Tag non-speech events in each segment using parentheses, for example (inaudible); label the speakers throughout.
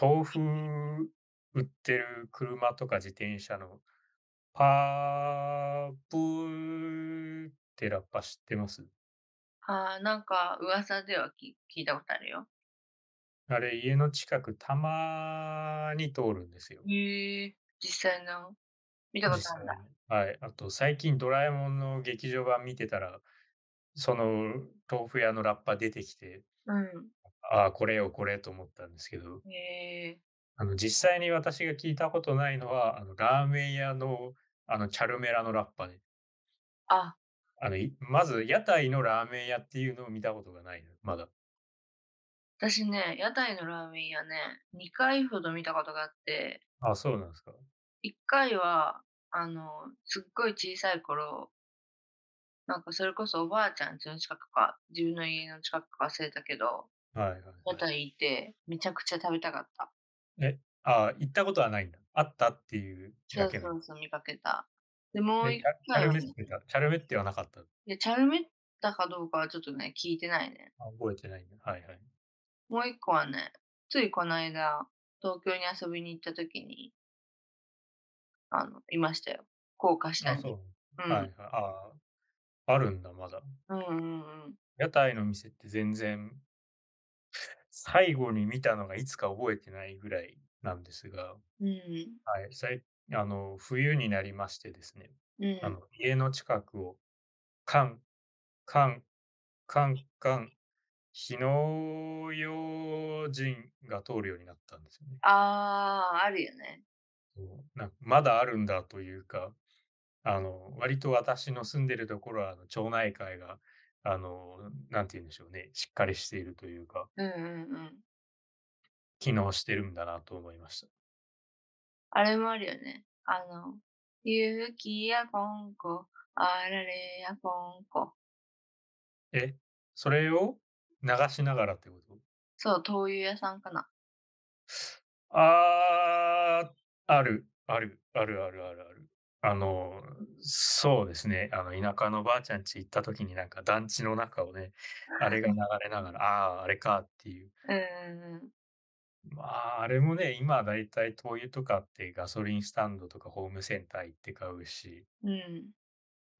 Speaker 1: 豆腐売ってる車とか自転車のパープってラッパ知ってます
Speaker 2: ああ、なんか噂ではき聞いたことあるよ。
Speaker 1: あれ、家の近くたまーに通るんですよ。
Speaker 2: へえ、実際の見たこと
Speaker 1: 実
Speaker 2: あるん
Speaker 1: 際
Speaker 2: だ。
Speaker 1: に。はい。あと、最近ドラえもんの劇場版見てたら、その豆腐屋のラッパ出てきて、
Speaker 2: う
Speaker 1: ああ、これよ、これと思ったんですけど、
Speaker 2: ん。へえ、
Speaker 1: あの、実際に私が聞いたことないのは、あの、ラーメン屋の、あの、チャルメラのラッパで、
Speaker 2: あ、
Speaker 1: あの、いまず、屋台のラーメン屋っていうのを見たことがないの、まだ。
Speaker 2: 私ね、屋台のラーメン屋ね、2回ほど見たことがあって、
Speaker 1: あ、そうなんですか。
Speaker 2: 1回は、あの、すっごい小さい頃、なんかそれこそおばあちゃん家の近くか、自分の家の近くか忘れたけど、
Speaker 1: はいはいはい。
Speaker 2: 屋台行ってめちゃくちゃ食べたかった。
Speaker 1: え、ああ、行ったことはないんだ。あったっていう
Speaker 2: そ
Speaker 1: だ
Speaker 2: う
Speaker 1: けな
Speaker 2: そ
Speaker 1: の。
Speaker 2: うそう見かけた。で、もう
Speaker 1: え、チ
Speaker 2: 1
Speaker 1: ャチャ
Speaker 2: 回
Speaker 1: ル
Speaker 2: は
Speaker 1: メっ
Speaker 2: ね、
Speaker 1: てた、チャルメってはなかった。
Speaker 2: いや、チャルメッタかどうかはちょっとね、聞いてないね。
Speaker 1: あ覚えてないんだ。はいはい。
Speaker 2: もう一個はね、ついこの間、東京に遊びに行った時に、あの、いましたよ。高架下
Speaker 1: あ、
Speaker 2: に。
Speaker 1: そうう。はいは
Speaker 2: ん。
Speaker 1: い。ああ、あるんだ、まだ。
Speaker 2: うんうんうん。
Speaker 1: 屋台の店って全然、最後に見たのがいつか覚えてないぐらいなんですが、
Speaker 2: うん。
Speaker 1: はい、最あの冬になりましてですね、
Speaker 2: う
Speaker 1: あ
Speaker 2: ん。
Speaker 1: の家の近くをカン、カン、カン、カン、火の用心が通るようになったんですよね。
Speaker 2: あー、あるよね。
Speaker 1: そうなんかまだあるんだというか、あの割と私の住んでるところはあの町内会が、あのなんて言うんでしょうね、しっかりしているというか、
Speaker 2: うんうんうん。
Speaker 1: 機能してるんだなと思いました。
Speaker 2: あれもあるよね。あの、ゆきやこんこ、あられやこんこ。
Speaker 1: え、それを流しながらってこと
Speaker 2: そう、灯油屋さんかな。
Speaker 1: あー、ある、ある、ある、ある、ある、ある。あの、そうですね。あの、田舎のばあちゃん家行った時になんか団地の中をね、あれが流れながら、ああー、あれかっていう。
Speaker 2: うんうんうん。
Speaker 1: まあ、あれもね、今だいたい灯油とかってガソリンスタンドとかホームセンター行って買うし、
Speaker 2: うん。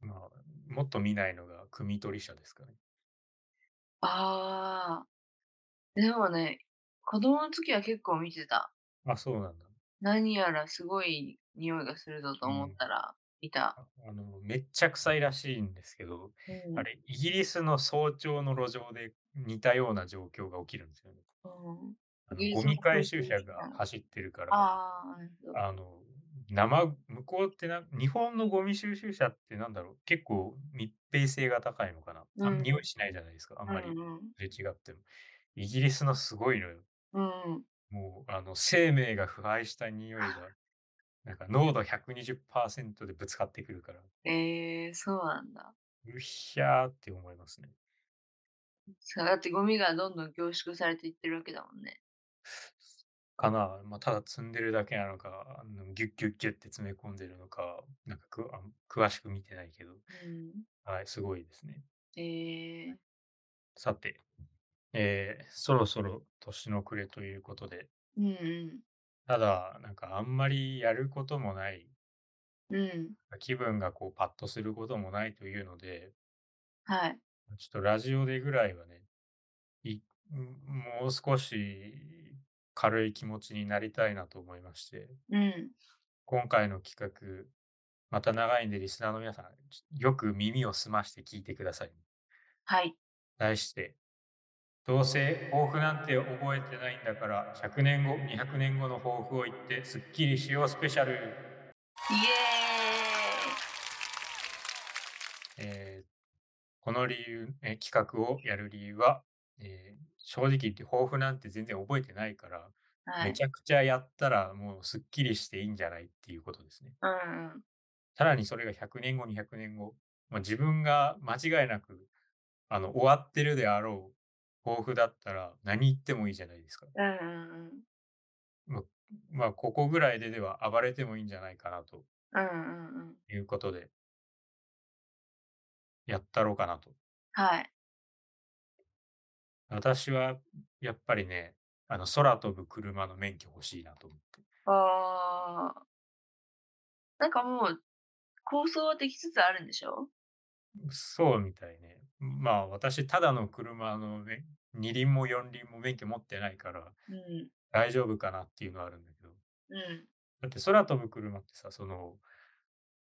Speaker 1: まあ、もっと見ないのが汲取り車ですかね。
Speaker 2: あー。でもね、子供の時は結構見てた。
Speaker 1: あ、そうなんだ。
Speaker 2: 何やらすごい匂いがするぞと
Speaker 1: う
Speaker 2: 思っ
Speaker 1: ん。
Speaker 2: たらいた。
Speaker 1: ああの、めっちゃ臭いらしいんですけど、
Speaker 2: う
Speaker 1: あ
Speaker 2: ん。
Speaker 1: れ、イギリスの早朝の路上で似たような状況が起きるんですよね。
Speaker 2: うん。
Speaker 1: あの
Speaker 2: イギリ
Speaker 1: ゴ
Speaker 2: スも
Speaker 1: ミ
Speaker 2: そ
Speaker 1: 回
Speaker 2: う
Speaker 1: 収
Speaker 2: いう
Speaker 1: 車
Speaker 2: 時
Speaker 1: が
Speaker 2: 代。
Speaker 1: 走ってるから、
Speaker 2: ああ、なるほど。
Speaker 1: あの、生、向こうってな、日本のゴミ収集車ってなんだろう、結構密閉性が高いのかな。
Speaker 2: う
Speaker 1: あん
Speaker 2: ん。
Speaker 1: 匂いしないじゃないですか、あん
Speaker 2: う
Speaker 1: まり
Speaker 2: ん
Speaker 1: すれ違っても。イギリスのすごいのよ。
Speaker 2: うん。うん。
Speaker 1: もう、あの、生命が腐敗した匂いが、なんか濃度120%でぶつかってくるから、
Speaker 2: ええー、そうなんだ。
Speaker 1: うひゃーって思いますね。
Speaker 2: そうだってゴミがどんどん凝縮されていってるわけだもんね。
Speaker 1: かな、まあ、ただ積んでるだけなのか、あのギュッギュッギュッって詰め込んでるのか、なんかくあん詳しく見てないけど、
Speaker 2: うん。
Speaker 1: はい、すごいですね。
Speaker 2: ええ
Speaker 1: さて、えーそろそろ年の暮れということで、
Speaker 2: うんうん
Speaker 1: ただ、なんかあんまりやることもない、
Speaker 2: うん。
Speaker 1: 気分がこうパッとすることもないというので、
Speaker 2: はい。
Speaker 1: ちょっとラジオでぐらいはね、いもう少し軽い気持ちになりたいなと思いまして、
Speaker 2: うん。
Speaker 1: 今回の企画、また長いんでリスナーの皆さん、ちよく耳を澄まして聞いてください。
Speaker 2: はい。
Speaker 1: 題して、どうせ抱負なんて覚えてないんだから、100年後、200年後の抱負を言ってすっきりしようスペシャル。
Speaker 2: イエーイ
Speaker 1: えーこの理由、えー企画をやる理由は、えー正直言って抱負なんて全然覚えてないから、
Speaker 2: は
Speaker 1: め
Speaker 2: い。
Speaker 1: ちゃくちゃやったらもうすっきりしていいんじゃないっていうことですね。
Speaker 2: うんうん。
Speaker 1: さらにそれが100年後、200年後、まあ、自分が間違いなくあの終わってるであろう抱負だったら何言ってもいいじゃないですか。
Speaker 2: うんうんうん。
Speaker 1: まあ、まあここぐらいででは暴れてもいいんじゃないかなと
Speaker 2: うんうんうん。
Speaker 1: いうことでやったろうかなと。
Speaker 2: はい。
Speaker 1: 私はやっぱりねあの、空飛ぶ車の免許欲しいなと思って。
Speaker 2: ああ。なんかもう、構想はできつつあるんでしょ
Speaker 1: そうみたいね。まあ私、ただの車のめ二輪も四輪も免許持ってないから
Speaker 2: うん。
Speaker 1: 大丈夫かなっていうのはあるんだけど。
Speaker 2: うん。
Speaker 1: だって空飛ぶ車ってさ、その、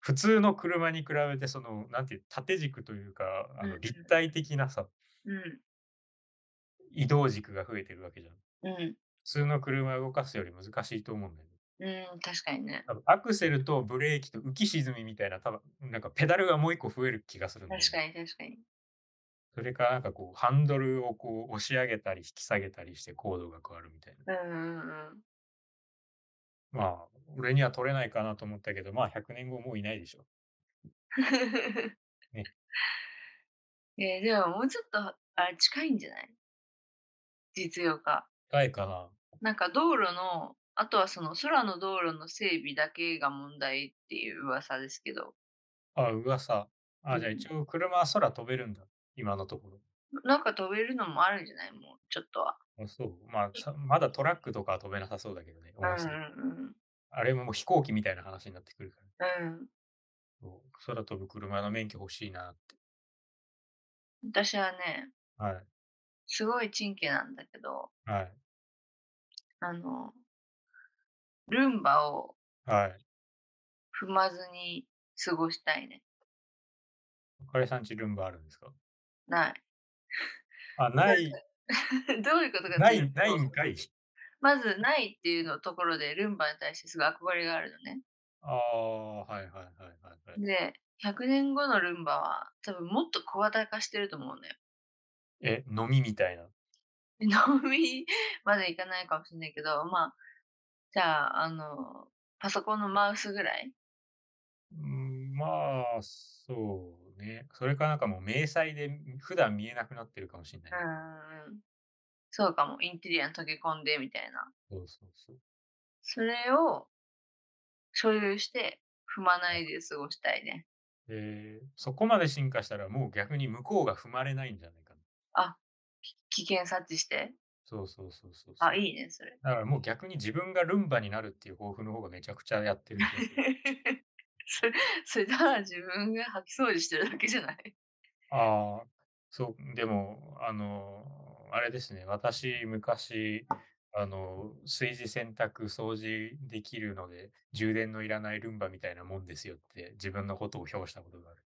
Speaker 1: 普通の車に比べてその、なんていう、縦軸というか、あ
Speaker 2: うん
Speaker 1: の、立体的なさ、
Speaker 2: うん。
Speaker 1: 移動軸が増えてるわけじゃん。普
Speaker 2: うん。
Speaker 1: 通の車動かすより難しいと思うんだよね。
Speaker 2: うん、確かにね。
Speaker 1: 多分アクセルとブレーキと浮き沈みみたいな、多分なんかペダルがもう一個増える気がするんだよ
Speaker 2: 確
Speaker 1: ね。
Speaker 2: かに確かに。
Speaker 1: それか、なんかこう、ハンドルをこう、押し上げたり引き下げたりしてコードが変わるみたいな。
Speaker 2: うんうんうん。
Speaker 1: まあ、俺には取れないかなと思ったけど、まあ、100年後もういないでしょ。
Speaker 2: (laughs)
Speaker 1: ね。
Speaker 2: えー、でももうちょっと、あれ近いんじゃない実用化。
Speaker 1: 近いかな。
Speaker 2: なんか道路の、あとはその空の道路の整備だけが問題っていう噂ですけど。
Speaker 1: あ、噂。
Speaker 2: う
Speaker 1: あ、じゃあ
Speaker 2: ん。
Speaker 1: 一応車は空飛べるんだ。今のところ。
Speaker 2: なんか飛べるのもあるんじゃないもうちょっとは。
Speaker 1: あそう。まあ、さまだトラックとかは飛べなさそうだけどね。
Speaker 2: う
Speaker 1: 重すぎて。
Speaker 2: ん
Speaker 1: あれももう飛行機みたいな話になってくるから、ね。
Speaker 2: うんうん。
Speaker 1: そう空飛ぶ車の免許欲しいなって。
Speaker 2: うん。私はね、
Speaker 1: はい。
Speaker 2: すごい珍家なんだけど、
Speaker 1: はい。
Speaker 2: あの、ルンバを
Speaker 1: はい。
Speaker 2: 踏まずに過ごしたいね。
Speaker 1: あかりさんちルンバあるんですか
Speaker 2: ない。 (laughs)
Speaker 1: あ、ない、
Speaker 2: なんかどういうことか
Speaker 1: な
Speaker 2: という
Speaker 1: い、ない
Speaker 2: と、
Speaker 1: んかい。
Speaker 2: (laughs) まずないっていうのところでルンバに対してすごい憧れがあるのね。
Speaker 1: ああ、はいはいはいはいはい。
Speaker 2: で、100年後のルンバは多分もっと小型化してると思うのよ。 (laughs)
Speaker 1: え、飲みみたいな。
Speaker 2: 飲みまでいかないかもしれないけど、まあ、じゃあ、あの、パソコンのマウスぐらい。
Speaker 1: うんまあ、そうね。それかなんかもう迷彩で普段見えなくなってるかもしれな
Speaker 2: う
Speaker 1: いね。
Speaker 2: ーん、そうかも。インテリアに溶け込んでみたいな。
Speaker 1: そうそうそう。
Speaker 2: それを所有して踏まな
Speaker 1: はい
Speaker 2: いで過ごしたいね。
Speaker 1: えーそこまで進化したらもう逆に向こうが踏まれないんじゃないかな。
Speaker 2: あ、き危険察知して。
Speaker 1: そうそうそうそう
Speaker 2: あ、
Speaker 1: そう。
Speaker 2: いいね、それ。
Speaker 1: だからもう逆に自分がルンバになるっていう抱負の方がめちゃくちゃやってる気
Speaker 2: (laughs)
Speaker 1: がする。
Speaker 2: それ、それただ自分が吐き掃除してるだけじゃない
Speaker 1: ああ、そう、でも、あの、あれですね、私、昔、あの、炊事、洗濯、掃除できるので、充電のいらないルンバみたいなもんですよって、自分のことを評したことがある。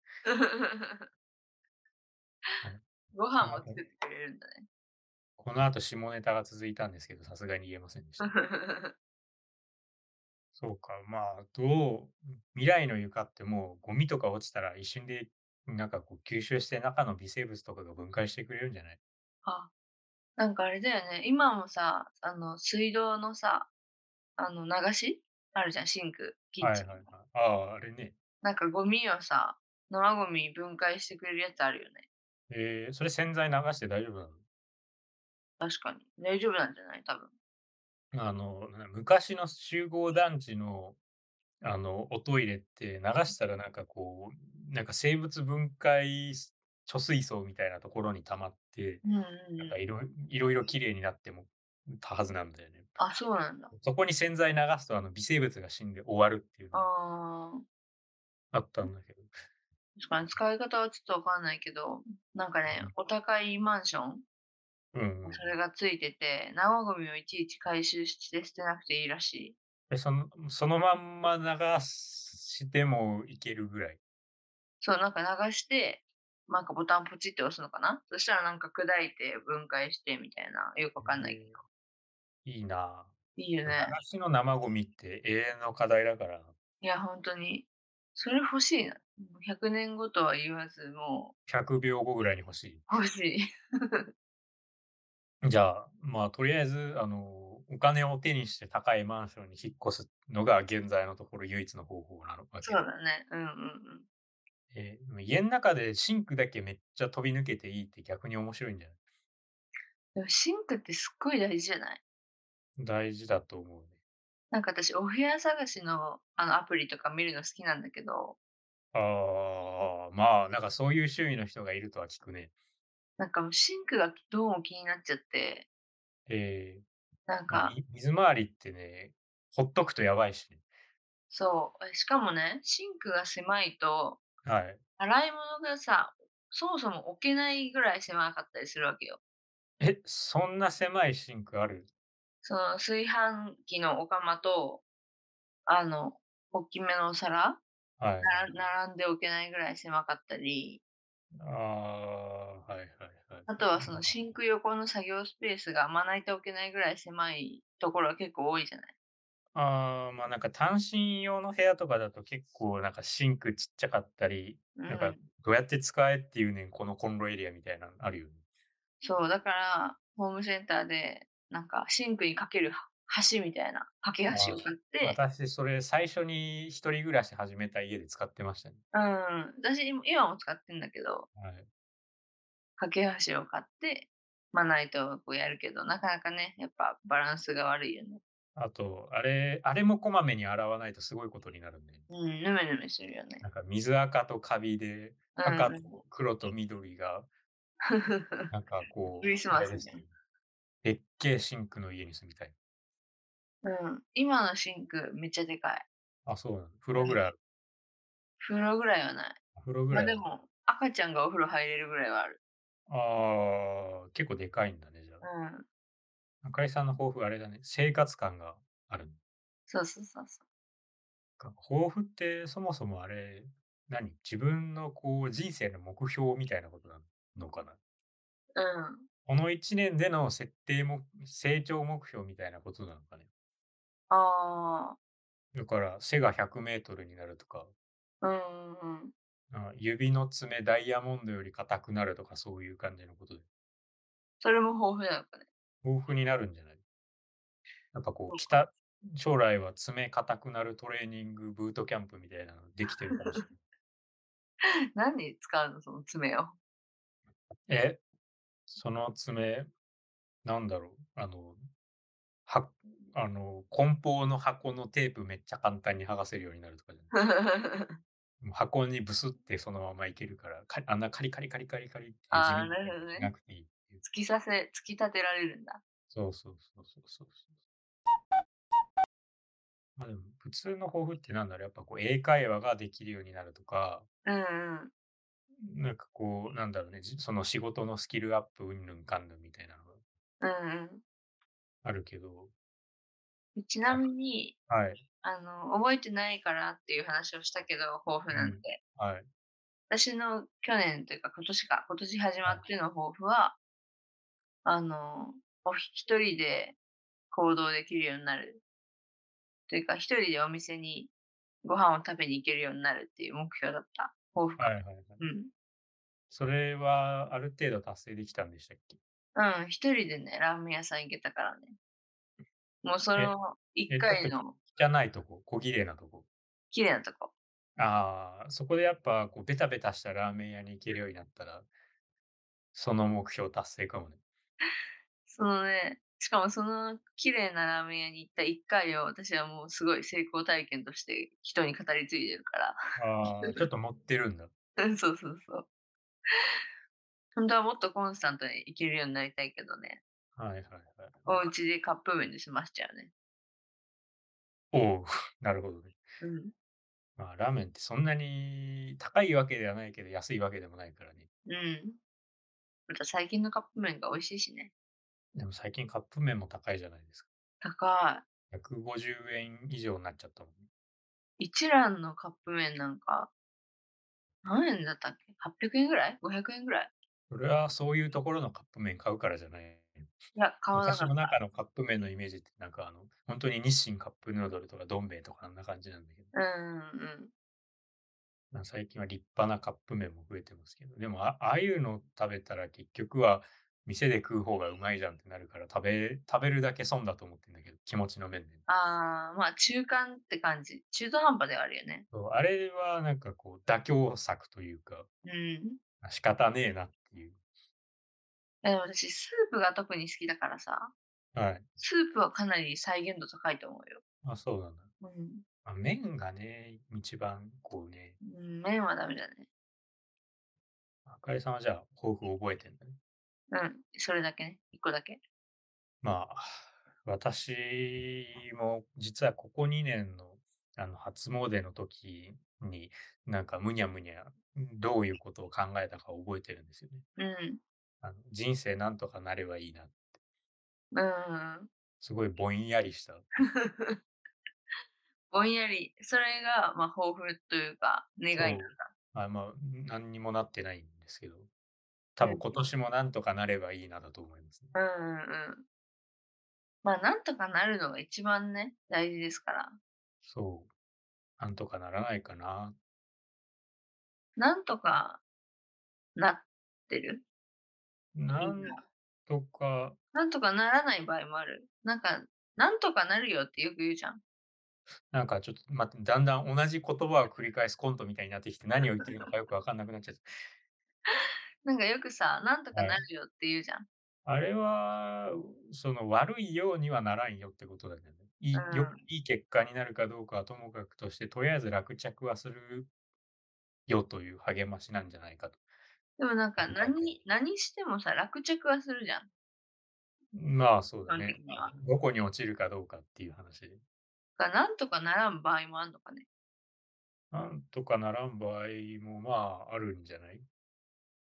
Speaker 1: はい。
Speaker 2: ご
Speaker 1: こ
Speaker 2: 飯
Speaker 1: の
Speaker 2: も
Speaker 1: 後、
Speaker 2: 作ってくれるんだね。
Speaker 1: この後下ネタが続いたんですけど、さすがに言えませんでした。そうか、まあ、どう、未来の床ってもうゴミとか落ちたら一瞬で、なんかこう吸収して中の微生物とかが分解してくれるんじゃない
Speaker 2: あ、なんかあれだよね。今もさ、あの、水道のさ、あの、流しあるじゃん、シンク、キッ
Speaker 1: はい
Speaker 2: チン
Speaker 1: はいはい。
Speaker 2: の。
Speaker 1: ああ、あれね。
Speaker 2: なんかゴミをさ、生ゴミ分解してくれるやつあるよね。
Speaker 1: えー、それ洗剤流して大丈夫なの
Speaker 2: 確かに。大丈夫なんじゃない多分。
Speaker 1: あの、な昔の集合団地の、あの、おトイレって流したらなんかこう、なんか生物分解す貯水槽みたいなところに溜まって、
Speaker 2: うんうん
Speaker 1: なん
Speaker 2: う
Speaker 1: か
Speaker 2: ん。
Speaker 1: いろいいろいろ綺麗になってもたはずなんだよね。
Speaker 2: あ、そうなんだ。
Speaker 1: そこに洗剤流すとあの微生物が死んで終わるっていうのが
Speaker 2: あー。
Speaker 1: あったんだけど。
Speaker 2: 確かに使い方はちょっとわかんないけど、なんかね、お高いマンション、
Speaker 1: うんうんう
Speaker 2: それ
Speaker 1: ん。
Speaker 2: がついてて、生ゴミをいちいち回収して捨てなくていいらしい。
Speaker 1: えその、そのまんま流してもいけるぐらい。
Speaker 2: そう、なんか流して、なんかボタンポチって押すのかなそしたらなんか砕いて分解してみたいな、よくわかんないけ
Speaker 1: えーいいなぁ。
Speaker 2: ど。いいよ
Speaker 1: 流
Speaker 2: ね。
Speaker 1: しの生ゴミって永遠の課題だからな。
Speaker 2: いや、本当に。それ欲しいな。もう100年後とは言わず、も
Speaker 1: 100秒後ぐらいに欲し
Speaker 2: う欲しい。 (laughs)
Speaker 1: い。じゃあ、まあ、とりあえず、あの、お金を手にして高いマンションに引っ越すのが現在のところ唯一の方法なのわ
Speaker 2: そ
Speaker 1: け
Speaker 2: う
Speaker 1: で。
Speaker 2: だね。うんうんうん。
Speaker 1: えーでも家の中でシンクだけめっちゃ飛び抜けていいって逆に面白いんじゃない
Speaker 2: でもシンクってすっごい大事じゃない
Speaker 1: 大事だと思うね。
Speaker 2: なんか私、お部屋探しのあのアプリとか見るの好きなんだけど、
Speaker 1: ああ、まあ、なんかそういう周囲の人がいるとは聞くね。
Speaker 2: なんかもうシンクがどうも気になっちゃって、
Speaker 1: ええ
Speaker 2: なん
Speaker 1: ね
Speaker 2: か、
Speaker 1: み水回りってね、ほっとくとやばいしね。
Speaker 2: そう。えしかもね、シンクが狭いと、
Speaker 1: はい。
Speaker 2: 洗い物がさ、そもそも置けないぐらい狭かったりするわけよ。
Speaker 1: え、そんな狭いシンクある
Speaker 2: その炊飯器のお釜と、あの、大きめのお皿
Speaker 1: はい。
Speaker 2: なら並んでおけないぐらい狭かったり、
Speaker 1: ああ、はいはいはい。
Speaker 2: あとはそのシンク横の作業スペースがまな板置けないぐらい狭いところが結構多いじゃない。
Speaker 1: ああ、まあなんか単身用の部屋とかだと結構なんかシンクちっちゃかったり、
Speaker 2: う
Speaker 1: なんか
Speaker 2: ん。
Speaker 1: どうやって使えっていうねん、このコンロエリアみたいなのあるよね。
Speaker 2: そう、だから、ホームセンターで、なんかシンクにかけるは橋みたいな、架け
Speaker 1: あ
Speaker 2: 橋を
Speaker 1: ー
Speaker 2: 買って、
Speaker 1: 私、それ最初に一人暮らし始めた家で使ってましたね。
Speaker 2: うん、私今今も使ってんだけど、
Speaker 1: はい。
Speaker 2: 架け橋を買って、まな板をこうやるけど、なかなかね、やっぱバランスが悪いよね。
Speaker 1: あと、あれ、あれもこまめに洗わないとすごいことになるんで、
Speaker 2: うん、ぬめぬめする
Speaker 1: (laughs)
Speaker 2: よね。
Speaker 1: なんか水垢とカビで、
Speaker 2: う
Speaker 1: 赤
Speaker 2: ん。 (laughs)
Speaker 1: と黒と緑が、なんか
Speaker 2: ク
Speaker 1: こ
Speaker 2: リス
Speaker 1: う、あ
Speaker 2: マ
Speaker 1: れ
Speaker 2: ス
Speaker 1: で
Speaker 2: み
Speaker 1: す
Speaker 2: たい
Speaker 1: ね。でっけえシンクの家に住みたい。
Speaker 2: な。うん。今のシンクめっちゃでかい。
Speaker 1: あ、そうなの。風
Speaker 2: う
Speaker 1: 呂ぐ
Speaker 2: ん。
Speaker 1: らいある。
Speaker 2: 風呂ぐらいはない。
Speaker 1: 風呂ぐ
Speaker 2: ま
Speaker 1: ら
Speaker 2: あ
Speaker 1: い
Speaker 2: で
Speaker 1: ある。
Speaker 2: も、赤ちゃんがお風呂入れるぐらいはある。
Speaker 1: ああ、結構でかいんだね、じゃあ。
Speaker 2: うん。
Speaker 1: 中井さんの抱負、あれだね。生活感がある。
Speaker 2: そうそうそうそう。
Speaker 1: か抱負ってそもそもあれ、何自分のこう人生の目標みたいなことなのかな
Speaker 2: うん。
Speaker 1: この一年での設定も、成長目標みたいなことなのかね
Speaker 2: あ
Speaker 1: だから、背が100メートルになるとか、
Speaker 2: あ、うんうんうん。
Speaker 1: あ指の爪ダイヤモンドより硬くなるとか、そういう感じのことで。
Speaker 2: それも豊富なのかね。
Speaker 1: 豊富になるんじゃないなんかこう、
Speaker 2: そう
Speaker 1: き
Speaker 2: か。
Speaker 1: た、将来は爪硬くなるトレーニング、ブートキャンプみたいなのできてるかもしれ
Speaker 2: 何に使うのその爪を。 (laughs)
Speaker 1: ない。え、その爪、なんだろう、あの、は、あの、梱包の箱のテープめっちゃ簡単に剥がせるようになるとかじゃないもう箱にブスってそのままいけるから、かあんなカリカリカリカリカリっていう地
Speaker 2: ああ、
Speaker 1: 味なこ
Speaker 2: な
Speaker 1: と
Speaker 2: るほど
Speaker 1: し
Speaker 2: ね。
Speaker 1: なくていいっていう。
Speaker 2: 突きさせ、突き立てられるんだ。
Speaker 1: そうそうそうそうそうそう。まあでも、普通の抱負ってなんだろう、やっぱこう、英会話ができるようになるとか、
Speaker 2: うんうん。
Speaker 1: なんかこう、なんだろうね、じその仕事のスキルアップ、うんぬんかんぬんみたいなのが
Speaker 2: うんうん
Speaker 1: あるけど、
Speaker 2: でちなみに、
Speaker 1: はい。
Speaker 2: あの、覚えてないからっていう話をしたけど、抱負
Speaker 1: う
Speaker 2: なん
Speaker 1: ん。
Speaker 2: て。
Speaker 1: はい。
Speaker 2: 私の去年というか今年か、今年始ま
Speaker 1: は
Speaker 2: っ
Speaker 1: い。
Speaker 2: ての抱負は、あの、お一人で行動できるようになる。というか、一人でお店にご飯を食べに行けるようになるっていう目標だった。抱負
Speaker 1: は
Speaker 2: か
Speaker 1: いはいはい。
Speaker 2: な。うん。
Speaker 1: それは、ある程度達成できたんでしたっけ
Speaker 2: うん、一人でね、ラーメン屋さん行けたからね。もうそ
Speaker 1: え、
Speaker 2: の一
Speaker 1: え、ちょっ
Speaker 2: 回
Speaker 1: と
Speaker 2: の
Speaker 1: 汚いとこ、小綺麗なとこ。
Speaker 2: 綺麗なとこ。
Speaker 1: ああ、そこでやっぱこうベタベタしたラーメン屋に行けるようになったら、その目標達成かもね。
Speaker 2: そのね、しかもその綺麗なラーメン屋に行った一回を私はもうすごい成功体験として人に語り継いでるから。 (laughs)
Speaker 1: ああ、ちょっと持ってるんだ。
Speaker 2: うんそうそうそう。本当はもっとコンスタントに行けるようになりたいけどね。
Speaker 1: はいはいはい。
Speaker 2: (laughs) お家でカップ麺で済ましちゃうね。
Speaker 1: おお、 (laughs) なるほどね。
Speaker 2: うん。
Speaker 1: まあラーメンってそんなに高いわけではないけど安いわけでもないからね。
Speaker 2: うん。また最近のカップ麺が美味しいしね。
Speaker 1: でも最近カップ麺も高いじゃないですか。
Speaker 2: 高
Speaker 1: 150円以上になっちゃったもんね。
Speaker 2: い。一蘭のカップ麺なんか何円だったっけ ?800 円ぐらい ?500 円ぐらい
Speaker 1: それはそういうところのカップ麺買うからじゃない。
Speaker 2: いや、買わな
Speaker 1: 私
Speaker 2: かっ
Speaker 1: の
Speaker 2: た。
Speaker 1: 中のカップ麺のイメージってなんかあの、本当に日清カップヌードルとかどん兵衛とかあんな感じなんだけど。
Speaker 2: うんうん。
Speaker 1: まあ最近は立派なカップ麺も増えてますけど、でもあ、ああいうのを食べたら結局は店で食う方がうまいじゃんってなるから食べ、食べるだけ損だと思ってんだけど、気持ちの面でね。
Speaker 2: ああ、まあ中間って感じ。中途半端ではあるよね。
Speaker 1: そうあれはなんかこう妥協策というか、
Speaker 2: うん。
Speaker 1: あ仕方ねえなっていう。
Speaker 2: でも私、スープが特に好きだからさ、
Speaker 1: はい。
Speaker 2: スープはかなり再現度高いと思うよ。
Speaker 1: あ、そうなんだ。
Speaker 2: うん。
Speaker 1: まあ、麺がね、一番こうね、
Speaker 2: うん、麺はダメだね。
Speaker 1: あかりさんはじゃあ抱負を覚えてんだね。
Speaker 2: うん。それだけね。一個だけ。
Speaker 1: まあ、私も実はここ2年のあの初詣の時になんかむにゃむにゃどういうことを考えたか覚えてるんですよね。
Speaker 2: うん。
Speaker 1: あの人生なんとかなればいいな。
Speaker 2: うん。
Speaker 1: すごいぼんやりした。
Speaker 2: ぼんやり、それが、まあ、抱負というか、願いなん
Speaker 1: そう。
Speaker 2: だ。
Speaker 1: あ、まあ、何にもなってないんですけど、
Speaker 2: う
Speaker 1: 多
Speaker 2: ん。
Speaker 1: 分今年もなんとかなればいいなだと思いますね。
Speaker 2: うんうんうん。まあ、なんとかなるのが一番ね、大事ですから。
Speaker 1: そう。なんとかならないかな。
Speaker 2: なんとかなってるみ
Speaker 1: なんん
Speaker 2: な。
Speaker 1: とか、
Speaker 2: なんとかならない場合もある。なんか、なんとかなるよってよく言うじゃん。
Speaker 1: なんかちょっと待って、だんだん同じ言葉を繰り返すコントみたいになってきて何を言ってるのかよくわかんなくなっちゃった。
Speaker 2: なんかよくさ、なんとか
Speaker 1: は。
Speaker 2: ないるよって言うじゃん。
Speaker 1: あれは、その悪いようにはならんよってことだよね。いういよ
Speaker 2: ん。
Speaker 1: いい結果になるかどうかはともかくとして、とりあえず落着はするよという励ましなんじゃないかと。
Speaker 2: でもなん
Speaker 1: こ
Speaker 2: か
Speaker 1: の段階で。
Speaker 2: 何、何してもさ、落着はするじゃん。
Speaker 1: まあそう
Speaker 2: 基
Speaker 1: だ
Speaker 2: 本的
Speaker 1: ね。
Speaker 2: に
Speaker 1: あ
Speaker 2: は。
Speaker 1: のどこに落ちるかどうかっていう話。
Speaker 2: がなんとかならん場合もあるのかね。
Speaker 1: なんとかならん場合もまああるんじゃない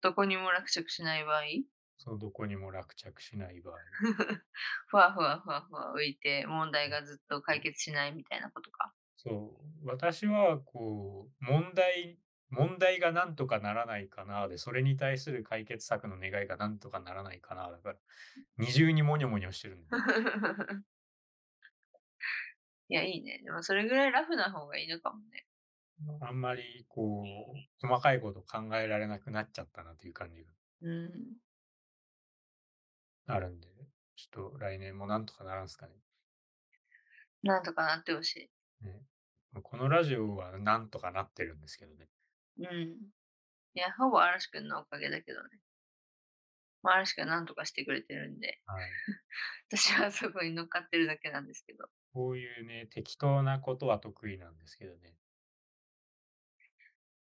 Speaker 2: どこにも落着しない場合
Speaker 1: そのどこにも落着しない場合。
Speaker 2: ふわふわふわふわ浮いて問題がずっと解決しないみたいなことか。
Speaker 1: そう、私はこう、問題、問題がなんとかならないかなで、それに対する解決策の願いがなんとかならないかなだから、二重にモニョモニョしてるん (laughs) だよね。
Speaker 2: (laughs) いや、いいね。でもそれぐらいラフな方がいいのかもね。
Speaker 1: あんまりこう、細かいこと考えられなくなっちゃったなという感じが
Speaker 2: うん。
Speaker 1: あるんで、ちょっと来年もなんとかならんすかね。
Speaker 2: なんとかなってほし
Speaker 1: ねこのラジオはなんとかなってるんですけどね。
Speaker 2: い。うん。いや、ほぼ嵐くんのおかげだけどね。まあ、嵐くんなんとかしてくれてるんで、
Speaker 1: はい。
Speaker 2: 私はそこに乗っかってるだけなんですけど。
Speaker 1: こういうね、適当なことは得意なんですけどね。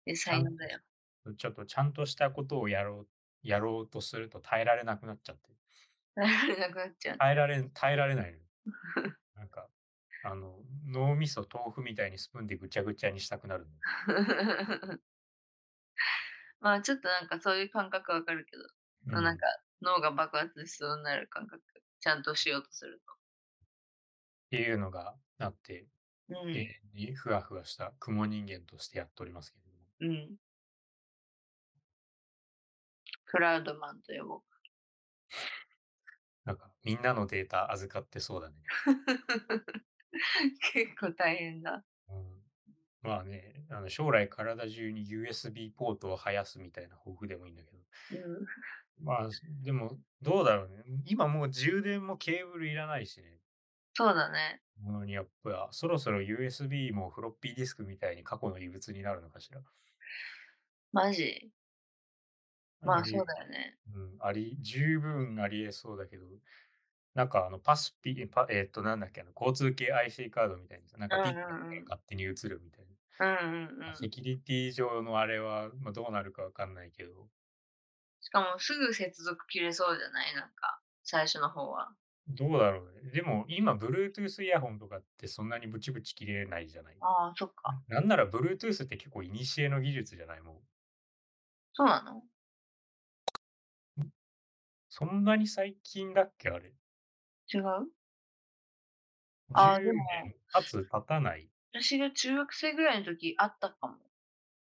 Speaker 2: いや
Speaker 1: ちゃ
Speaker 2: 才
Speaker 1: ん
Speaker 2: 能だよ。 (laughs)
Speaker 1: と、ちょっとちゃんとしたことをやろう、やろうとすると耐えられなくなっちゃって。
Speaker 2: 耐えられなくなっちゃう。 (laughs)
Speaker 1: 耐えられん、耐えられないの。なんか、あの、脳みそ豆腐みたいにスプーンでぐちゃぐちゃにしたくな
Speaker 2: (laughs)
Speaker 1: るの。
Speaker 2: まあちょっとなんかそういう感覚わかるけど、
Speaker 1: う
Speaker 2: まあなん
Speaker 1: ん。
Speaker 2: か脳が爆発しそうになる感覚、ちゃんとしようとする
Speaker 1: っていうのがあって、
Speaker 2: と。う
Speaker 1: 永
Speaker 2: ん。
Speaker 1: 遠にふわふわした雲人間としてやっておりますけれども。
Speaker 2: うん。クラウドマンと呼ぼう (laughs) か。
Speaker 1: なんか、みんなのデータ預かってそう
Speaker 2: (laughs)
Speaker 1: だね。
Speaker 2: 結構大変だ。
Speaker 1: うん。まあね、あの将来体中に USB ポートを生やすみたいな抱負でもいいんだけど。
Speaker 2: うん。
Speaker 1: まあ、でも、どうだろうね。今もう充電もケーブルいらないしね。
Speaker 2: そうだね。
Speaker 1: ものにやっぱ、そろそろ USB もフロッピーディスクみたいに過去の遺物になるのかしら。
Speaker 2: マジ。ま
Speaker 1: あ
Speaker 2: あそう
Speaker 1: り、
Speaker 2: だよね。
Speaker 1: うん、あり、十分ありえそうだけど、なんかあの、パスピ、えパえっと、なんだっけ、あの、交通系 IC カードみたいにさ、なん
Speaker 2: う
Speaker 1: かピッ
Speaker 2: ん
Speaker 1: てやっ
Speaker 2: う
Speaker 1: た
Speaker 2: んう
Speaker 1: ら
Speaker 2: ん。
Speaker 1: 勝手に移るみたいな。
Speaker 2: うんうん
Speaker 1: まあ
Speaker 2: うん。
Speaker 1: セキュリティ上のあれは、まあ、どうなるかわかんないけど、
Speaker 2: しかもすぐ接続切れそうじゃないなんか、最初の方は。
Speaker 1: どうだろうね。でも、今、Bluetooth イヤホンとかってそんなにブチブチ切れないじゃない。
Speaker 2: ああ、そっか。
Speaker 1: なんなら Bluetooth って結構古の技術じゃないも
Speaker 2: そうなの
Speaker 1: う。んそんなに最近だっけあれ。
Speaker 2: 違うああ、で
Speaker 1: 10
Speaker 2: も、
Speaker 1: 年経つ経たない
Speaker 2: 私が中学生ぐらいの時あったかも。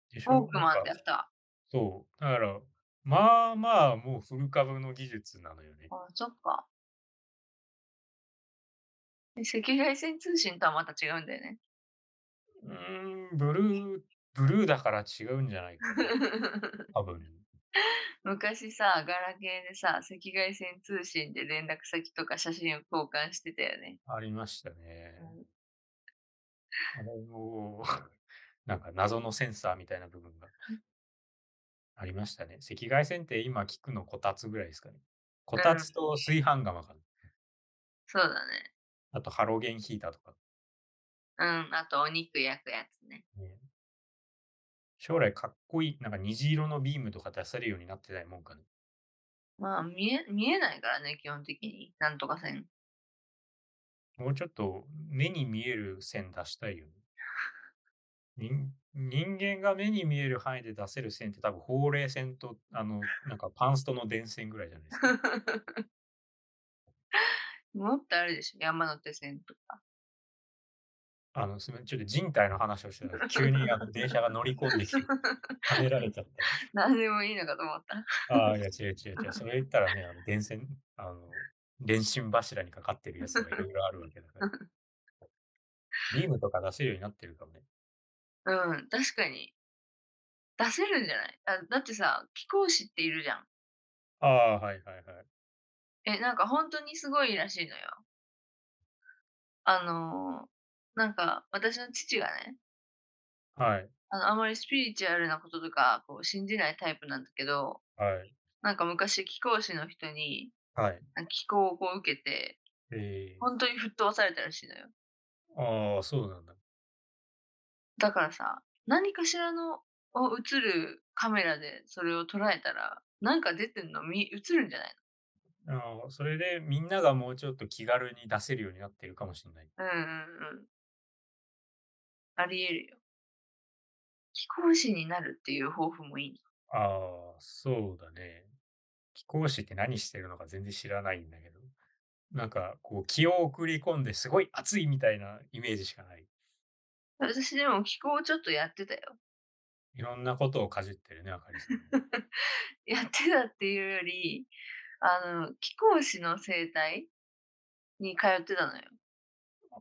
Speaker 1: でし
Speaker 2: ウォー
Speaker 1: ょ
Speaker 2: ク
Speaker 1: なん
Speaker 2: マン
Speaker 1: か、
Speaker 2: ってあった。
Speaker 1: そう。だから、まあまあ、もうフル株の技術なのよね。
Speaker 2: あ、そっか。で赤外線通信とはまた違うんだよね。
Speaker 1: うーん、ブルー、ブルーだから違うんじゃないかな。多分。
Speaker 2: 昔さ、ガラケーでさ、赤外線通信で連絡先とか写真を交換してたよね。
Speaker 1: ありました
Speaker 2: (laughs) う
Speaker 1: ね。
Speaker 2: ん
Speaker 1: あれも、 (laughs) なんか謎のセンサーみたいな部分がありましたね。赤外線って今聞くのこたつぐらいですかね。こ
Speaker 2: う
Speaker 1: た
Speaker 2: ん、
Speaker 1: つと炊飯釜かな。
Speaker 2: そうだね。
Speaker 1: あとハロゲンヒーターとか。
Speaker 2: うん、あとお肉焼くやつね。
Speaker 1: ね、将来かっこいい、なんか虹色のビームとか出せるようになってないもんかね。
Speaker 2: まあ見え、見えないからね、基本的に。なんとか線。
Speaker 1: もうちょっと目に見える線出したいよね。人人間が目に見える範囲で出せる線って多分、ほうれい線と、あの、なんかパンストの電線ぐらいじゃないですか。
Speaker 2: もっとあるでしょ、山手線とか。 (laughs)
Speaker 1: あの、すみません、ちょっと人体の話をしてたら、急にあの電車が乗り込んできて、はねられちゃっ
Speaker 2: 何でもいいのかと思った。
Speaker 1: た。ああ、いや、違う違う違う。それ言ったらね、あの電線、あの、電信柱にかかってるやつがいろいろあるわけだから。ビームとか出せるようになってるかもね。
Speaker 2: うん、確かに。出せるんじゃないあだってさ、貴公子っているじゃん。
Speaker 1: ああ、はいはいはい。
Speaker 2: え、なんか本当にすごいらしいのよ。あのーなんか私の父がね、
Speaker 1: はい、
Speaker 2: あのあまりスピリチュアルなこととかこう信じないタイプなんだけど、
Speaker 1: はい、
Speaker 2: なんか昔貴公子の人に
Speaker 1: はい。
Speaker 2: なんか寄稿をこう受けて、
Speaker 1: え
Speaker 2: 本当に吹っ飛ばされたらしいのよ。
Speaker 1: ー、ああ、そうなんだ。
Speaker 2: だからさ、何かしらのを映るカメラでそれを捉えたら、なんか出てんのみ映るんじゃない
Speaker 1: ああそれでみんながもうちょっと気軽に出せるようになってるかもしれない。
Speaker 2: のうんうんうん。ありえるよ。貴公子になるっていう抱負もいいの
Speaker 1: ああ、そうだね。貴公子って何してるのか全然知らないんだけど。なんかこう気を送り込んですごい熱いみたいなイメージしかない。
Speaker 2: 私でも気候ちょっとやってたよ。
Speaker 1: いろんなことをかじってるね、あかりさん。
Speaker 2: (laughs) やってたっていうより、あの、気候士の生態に通ってたのよ。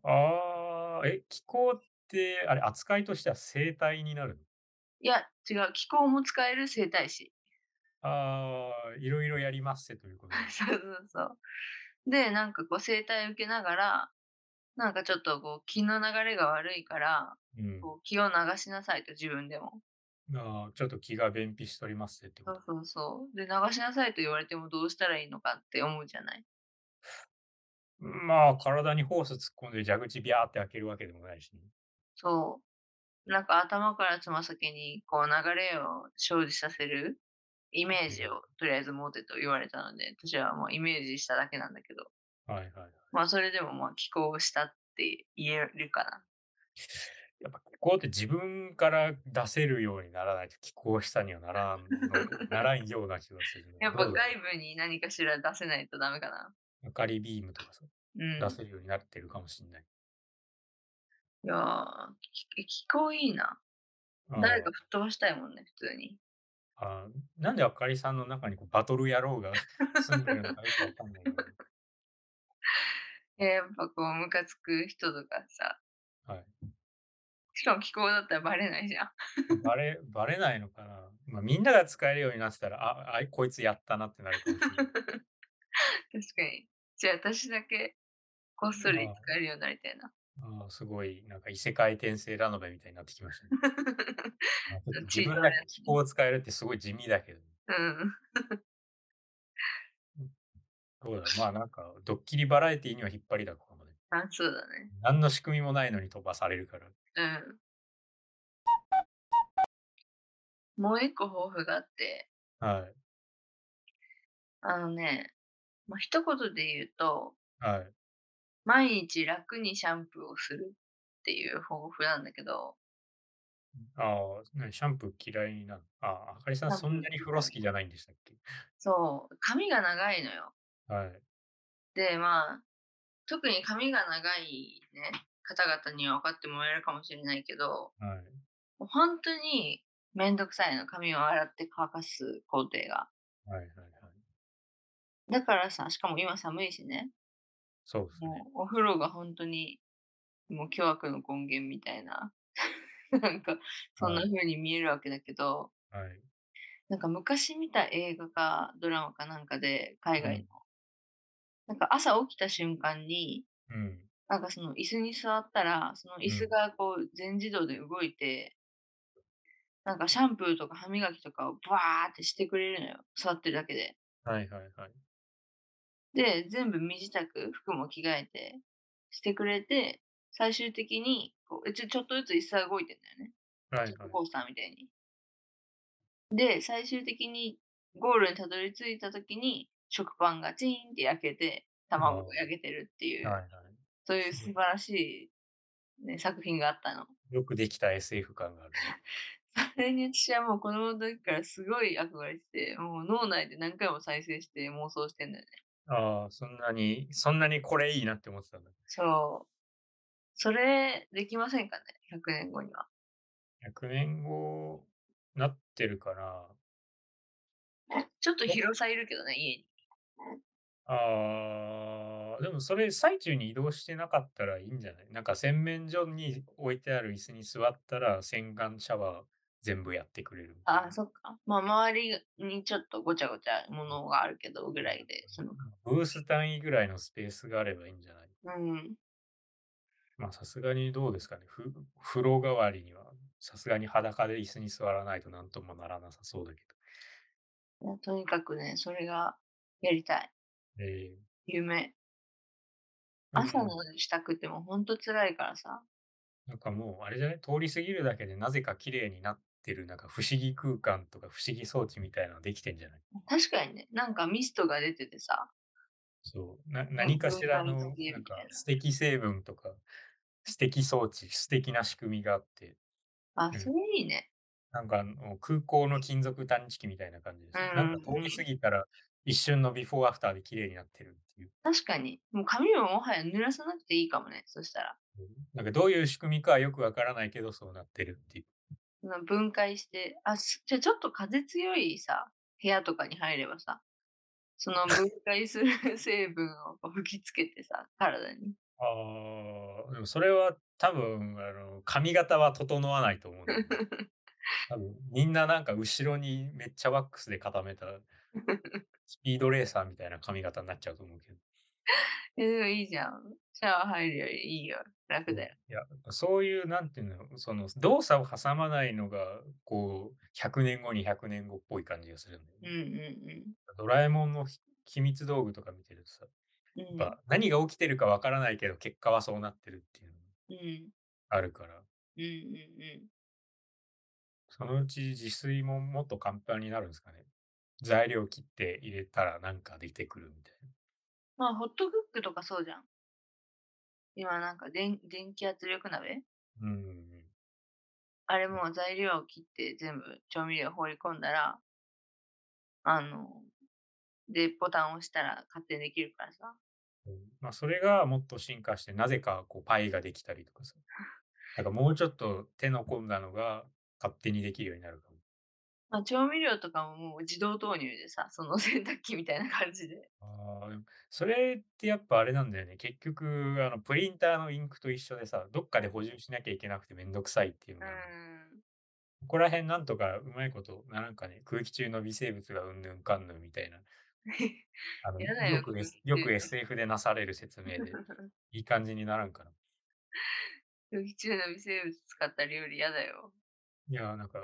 Speaker 1: ああ、え、気候ってあれ扱いとしては生体になるの
Speaker 2: いや、違う、気候も使える生態師。 (laughs)
Speaker 1: ああ、いろいろやりますせということで
Speaker 2: そうそうそう。で、なんかこう生態受けながら、なんかちょっとこう気の流れが悪いから、
Speaker 1: うん、
Speaker 2: こう気を流しなさいと自分でも。
Speaker 1: あーちょっと気が便秘しとりますねってこ
Speaker 2: そ
Speaker 1: と
Speaker 2: う。そうそう。で、流しなさいと言われてもどうしたらいいのかって思うじゃない。
Speaker 1: まあ、体にホース突っ込んで蛇口ビャーって開けるわけでもないしね、
Speaker 2: そう。なんか頭からつま先にこう流れを生じさせるイメージをとりあえず持てと言われたので、私はもうイメージしただけなんだけど、
Speaker 1: はいはい。
Speaker 2: まあそれでもまあ気候をしたって言えるかな。
Speaker 1: やっぱ気候って自分から出せるようにならないと気候したにはならんのならんような気がするね。
Speaker 2: (laughs) やっぱ
Speaker 1: ど
Speaker 2: 外
Speaker 1: うだろ
Speaker 2: 部に何かしら出せないとダメかな。
Speaker 1: う明かりビームとかさ
Speaker 2: うん。
Speaker 1: 出せるようになってるかもしれない。
Speaker 2: いやー、き気候いいな。
Speaker 1: あー
Speaker 2: 誰か吹っ飛ばしたいもんね、普通に。
Speaker 1: あーなんであかりさんの中にこうバトル野郎が住んでるのかよくわかんないけど。
Speaker 2: (laughs) えーやっぱこう、ムカつく人とかさ。
Speaker 1: はい。
Speaker 2: しかも気候だったらバレないじゃん。
Speaker 1: バレバレないのかな、まあ、みんなが使えるようになってたら、ああいこいつやったなってなるかもしれない。
Speaker 2: 確かに。じゃあ私だけこっそり
Speaker 1: あー
Speaker 2: 使えるようになりたいな。 (laughs)
Speaker 1: あーすごい、なんか異世界転生ラノベみたいになってきましたね。あちょっと自
Speaker 2: チーズ
Speaker 1: 分
Speaker 2: あ
Speaker 1: だ
Speaker 2: る
Speaker 1: け気候を使えるってすごい地味だけど、
Speaker 2: うん。
Speaker 1: どうだろうまあなんかドッキリバラエティには引っ張りだこかもね。
Speaker 2: あ、そうだね。
Speaker 1: 何の仕組みもないのに飛ばされるから。
Speaker 2: うん。もう一個抱負があって、
Speaker 1: はい。
Speaker 2: あのね、まあ、一言で言うと、
Speaker 1: はい。
Speaker 2: 毎日楽にシャンプーをするっていう抱負なんだけど、
Speaker 1: ああ、何シャンプー嫌いなのああ、あかりさん
Speaker 2: シャンプ
Speaker 1: そ
Speaker 2: ー
Speaker 1: んなに風呂好きじゃないんでしたっけ
Speaker 2: そう、髪が長いのよ。
Speaker 1: はい。
Speaker 2: で、まあ、特に髪が長いね、方々には分かってもらえるかもしれないけど、
Speaker 1: はい。
Speaker 2: もう本当にめんどくさいの、髪を洗って乾かす工程が。
Speaker 1: はいはいはい。
Speaker 2: だからさ、しかも今寒いしね、
Speaker 1: そうですね。
Speaker 2: もうお風呂が本当にもう凶悪の根源みたいな、 (laughs) なんかそんな
Speaker 1: はい
Speaker 2: 風に見えるわけだけど、
Speaker 1: はい。
Speaker 2: なんか昔見た映画かドラマかなんかで海
Speaker 1: う
Speaker 2: 外の、
Speaker 1: ん
Speaker 2: なんか朝起きた瞬間に
Speaker 1: うん。
Speaker 2: なんかその椅子に座ったらその椅
Speaker 1: う
Speaker 2: 子
Speaker 1: ん
Speaker 2: がこう全自動で動いて、なんかシャンプーとか歯磨きとかをバーってしてくれるのよ座ってるだけで
Speaker 1: はいはいはい。
Speaker 2: で全部身支度服も着替えてしてくれて最終的にこうえちょちょっとずつ椅子が動いてんだよね
Speaker 1: はいは
Speaker 2: ジ
Speaker 1: い
Speaker 2: ェット。コースターみたいに。で、最終的にゴールにたどり着いた時に食パンがチーンって焼けて、卵が焼けてるっていう、
Speaker 1: はいはい。
Speaker 2: そういう素晴らしい、ね、作品があったの。
Speaker 1: よくできた SF 感 (laughs) があるね。
Speaker 2: それに私はもう子供の時からすごい憧れてて、もう脳内で何回も再生して妄想してんだよね。
Speaker 1: ああ、そんなに、そんなにこれいいなって思ってたんだ。
Speaker 2: そう。それ、できませんかね ?100 年後には。
Speaker 1: 100年後、なってるかな。
Speaker 2: ちょっと広さいるけどね、家に。
Speaker 1: ああ、でもそれ最中に移動してなかったらいいんじゃないなんか洗面所に置いてある椅子に座ったら洗顔シャワー全部やってくれるみたいな。
Speaker 2: ああ、そっか。まあ、周りにちょっとごちゃごちゃものがあるけど、ぐらいで、その、
Speaker 1: ブース単位ぐらいのスペースがあればいいんじゃない
Speaker 2: うん。
Speaker 1: まあさすがにどうですかね。ふ風呂代わりにはさすがに裸で椅子に座らないとなんともならなさそうだけ
Speaker 2: いやとにかくね、それがやりたい。
Speaker 1: ど。え
Speaker 2: 夢。
Speaker 1: ー
Speaker 2: 朝
Speaker 1: うん
Speaker 2: の支度ってもうほんと辛いからさ。
Speaker 1: なんかもうあれじゃない通り過ぎるだけでなぜか綺麗になってるなんか不思議空間とか不思議装置みたいなのできてんじゃない
Speaker 2: 確かにね、なんかミストが出ててさ。
Speaker 1: そうな何かしらの
Speaker 2: 文化の時計
Speaker 1: なんか
Speaker 2: みたいな
Speaker 1: 素敵成分とか素敵装置素敵な仕組みがあって
Speaker 2: あ、
Speaker 1: うん
Speaker 2: それいいね。
Speaker 1: なんかあの空港の金属探知機みたいな感じです、ねなんか
Speaker 2: うん
Speaker 1: 通り過ぎたら一瞬のビフォーアフターで綺麗になってるっていう
Speaker 2: 確かに。もう髪ももはや濡らさなくていいかもね。そしたら。
Speaker 1: なんかどういう仕組みかはよくわからないけどそうなってるっていう
Speaker 2: その分解して、あ、すじゃあちょっと風強いさ、部屋とかに入ればさ、その分解する (laughs) 成分をこう吹きつけてさ、体に。 (laughs)
Speaker 1: ああでもそれは多分あの髪型は整わないと思うんだよね多分みんななんか後ろにめっちゃワックスで固 (laughs) めたスピードレーサーみたいな髪型になっちゃうと思うけど
Speaker 2: え、でもいいじゃん。シャワー入るよりいいよ。楽だよ。
Speaker 1: いや、そういう、なんていうの、その動作を挟まないのが、こう、100年後に100年後っぽい感じがするんだよ
Speaker 2: うん
Speaker 1: ね。
Speaker 2: うん
Speaker 1: ドラえもんのひ秘密道具とか見てるとさ、
Speaker 2: うん。うん
Speaker 1: やっぱ何が起きてるかわからないけど、結果はそうなってるっていうの
Speaker 2: うん
Speaker 1: があるから、
Speaker 2: うんうんうん。
Speaker 1: そのうち自炊ももっと簡単になるんですかね。材料切って入れたらなんか出てくるみたいな。
Speaker 2: まあ、ホットクックとかそうじゃん。今なんか電電気圧力鍋
Speaker 1: うん。
Speaker 2: あれも材料を切って全部調味料放り込んだら、あの、で、ボタンを押したら勝手にできるからさ。
Speaker 1: うんまあ、それがもっと進化して、なぜかこうパイができたりとかさ。なんかもうちょっと手の込んだのが勝手にできるようになるかも。
Speaker 2: まあ、調味料とかももう自動投入でさ、その (laughs) 洗濯機みたいな感じで。
Speaker 1: あーでもそれってやっぱあれなんだよね。結局、あのプリンターのインクと一緒でさ、どっかで補充しなきゃいけなくてめんどくさいっていうの
Speaker 2: う
Speaker 1: があるの、
Speaker 2: (laughs) ん。
Speaker 1: ここら辺なんとかうまいこと、なんかね、空気中の微生物がうんぬんかんぬんみたいな、あの
Speaker 2: やだよ
Speaker 1: よく
Speaker 2: 空
Speaker 1: S-
Speaker 2: 気
Speaker 1: よ
Speaker 2: 中
Speaker 1: く
Speaker 2: の
Speaker 1: SF でなされる説明
Speaker 2: (laughs)
Speaker 1: で、いい感じにならんかな。
Speaker 2: 空気中の微生物使った料理やだよ。
Speaker 1: いやー、なんか、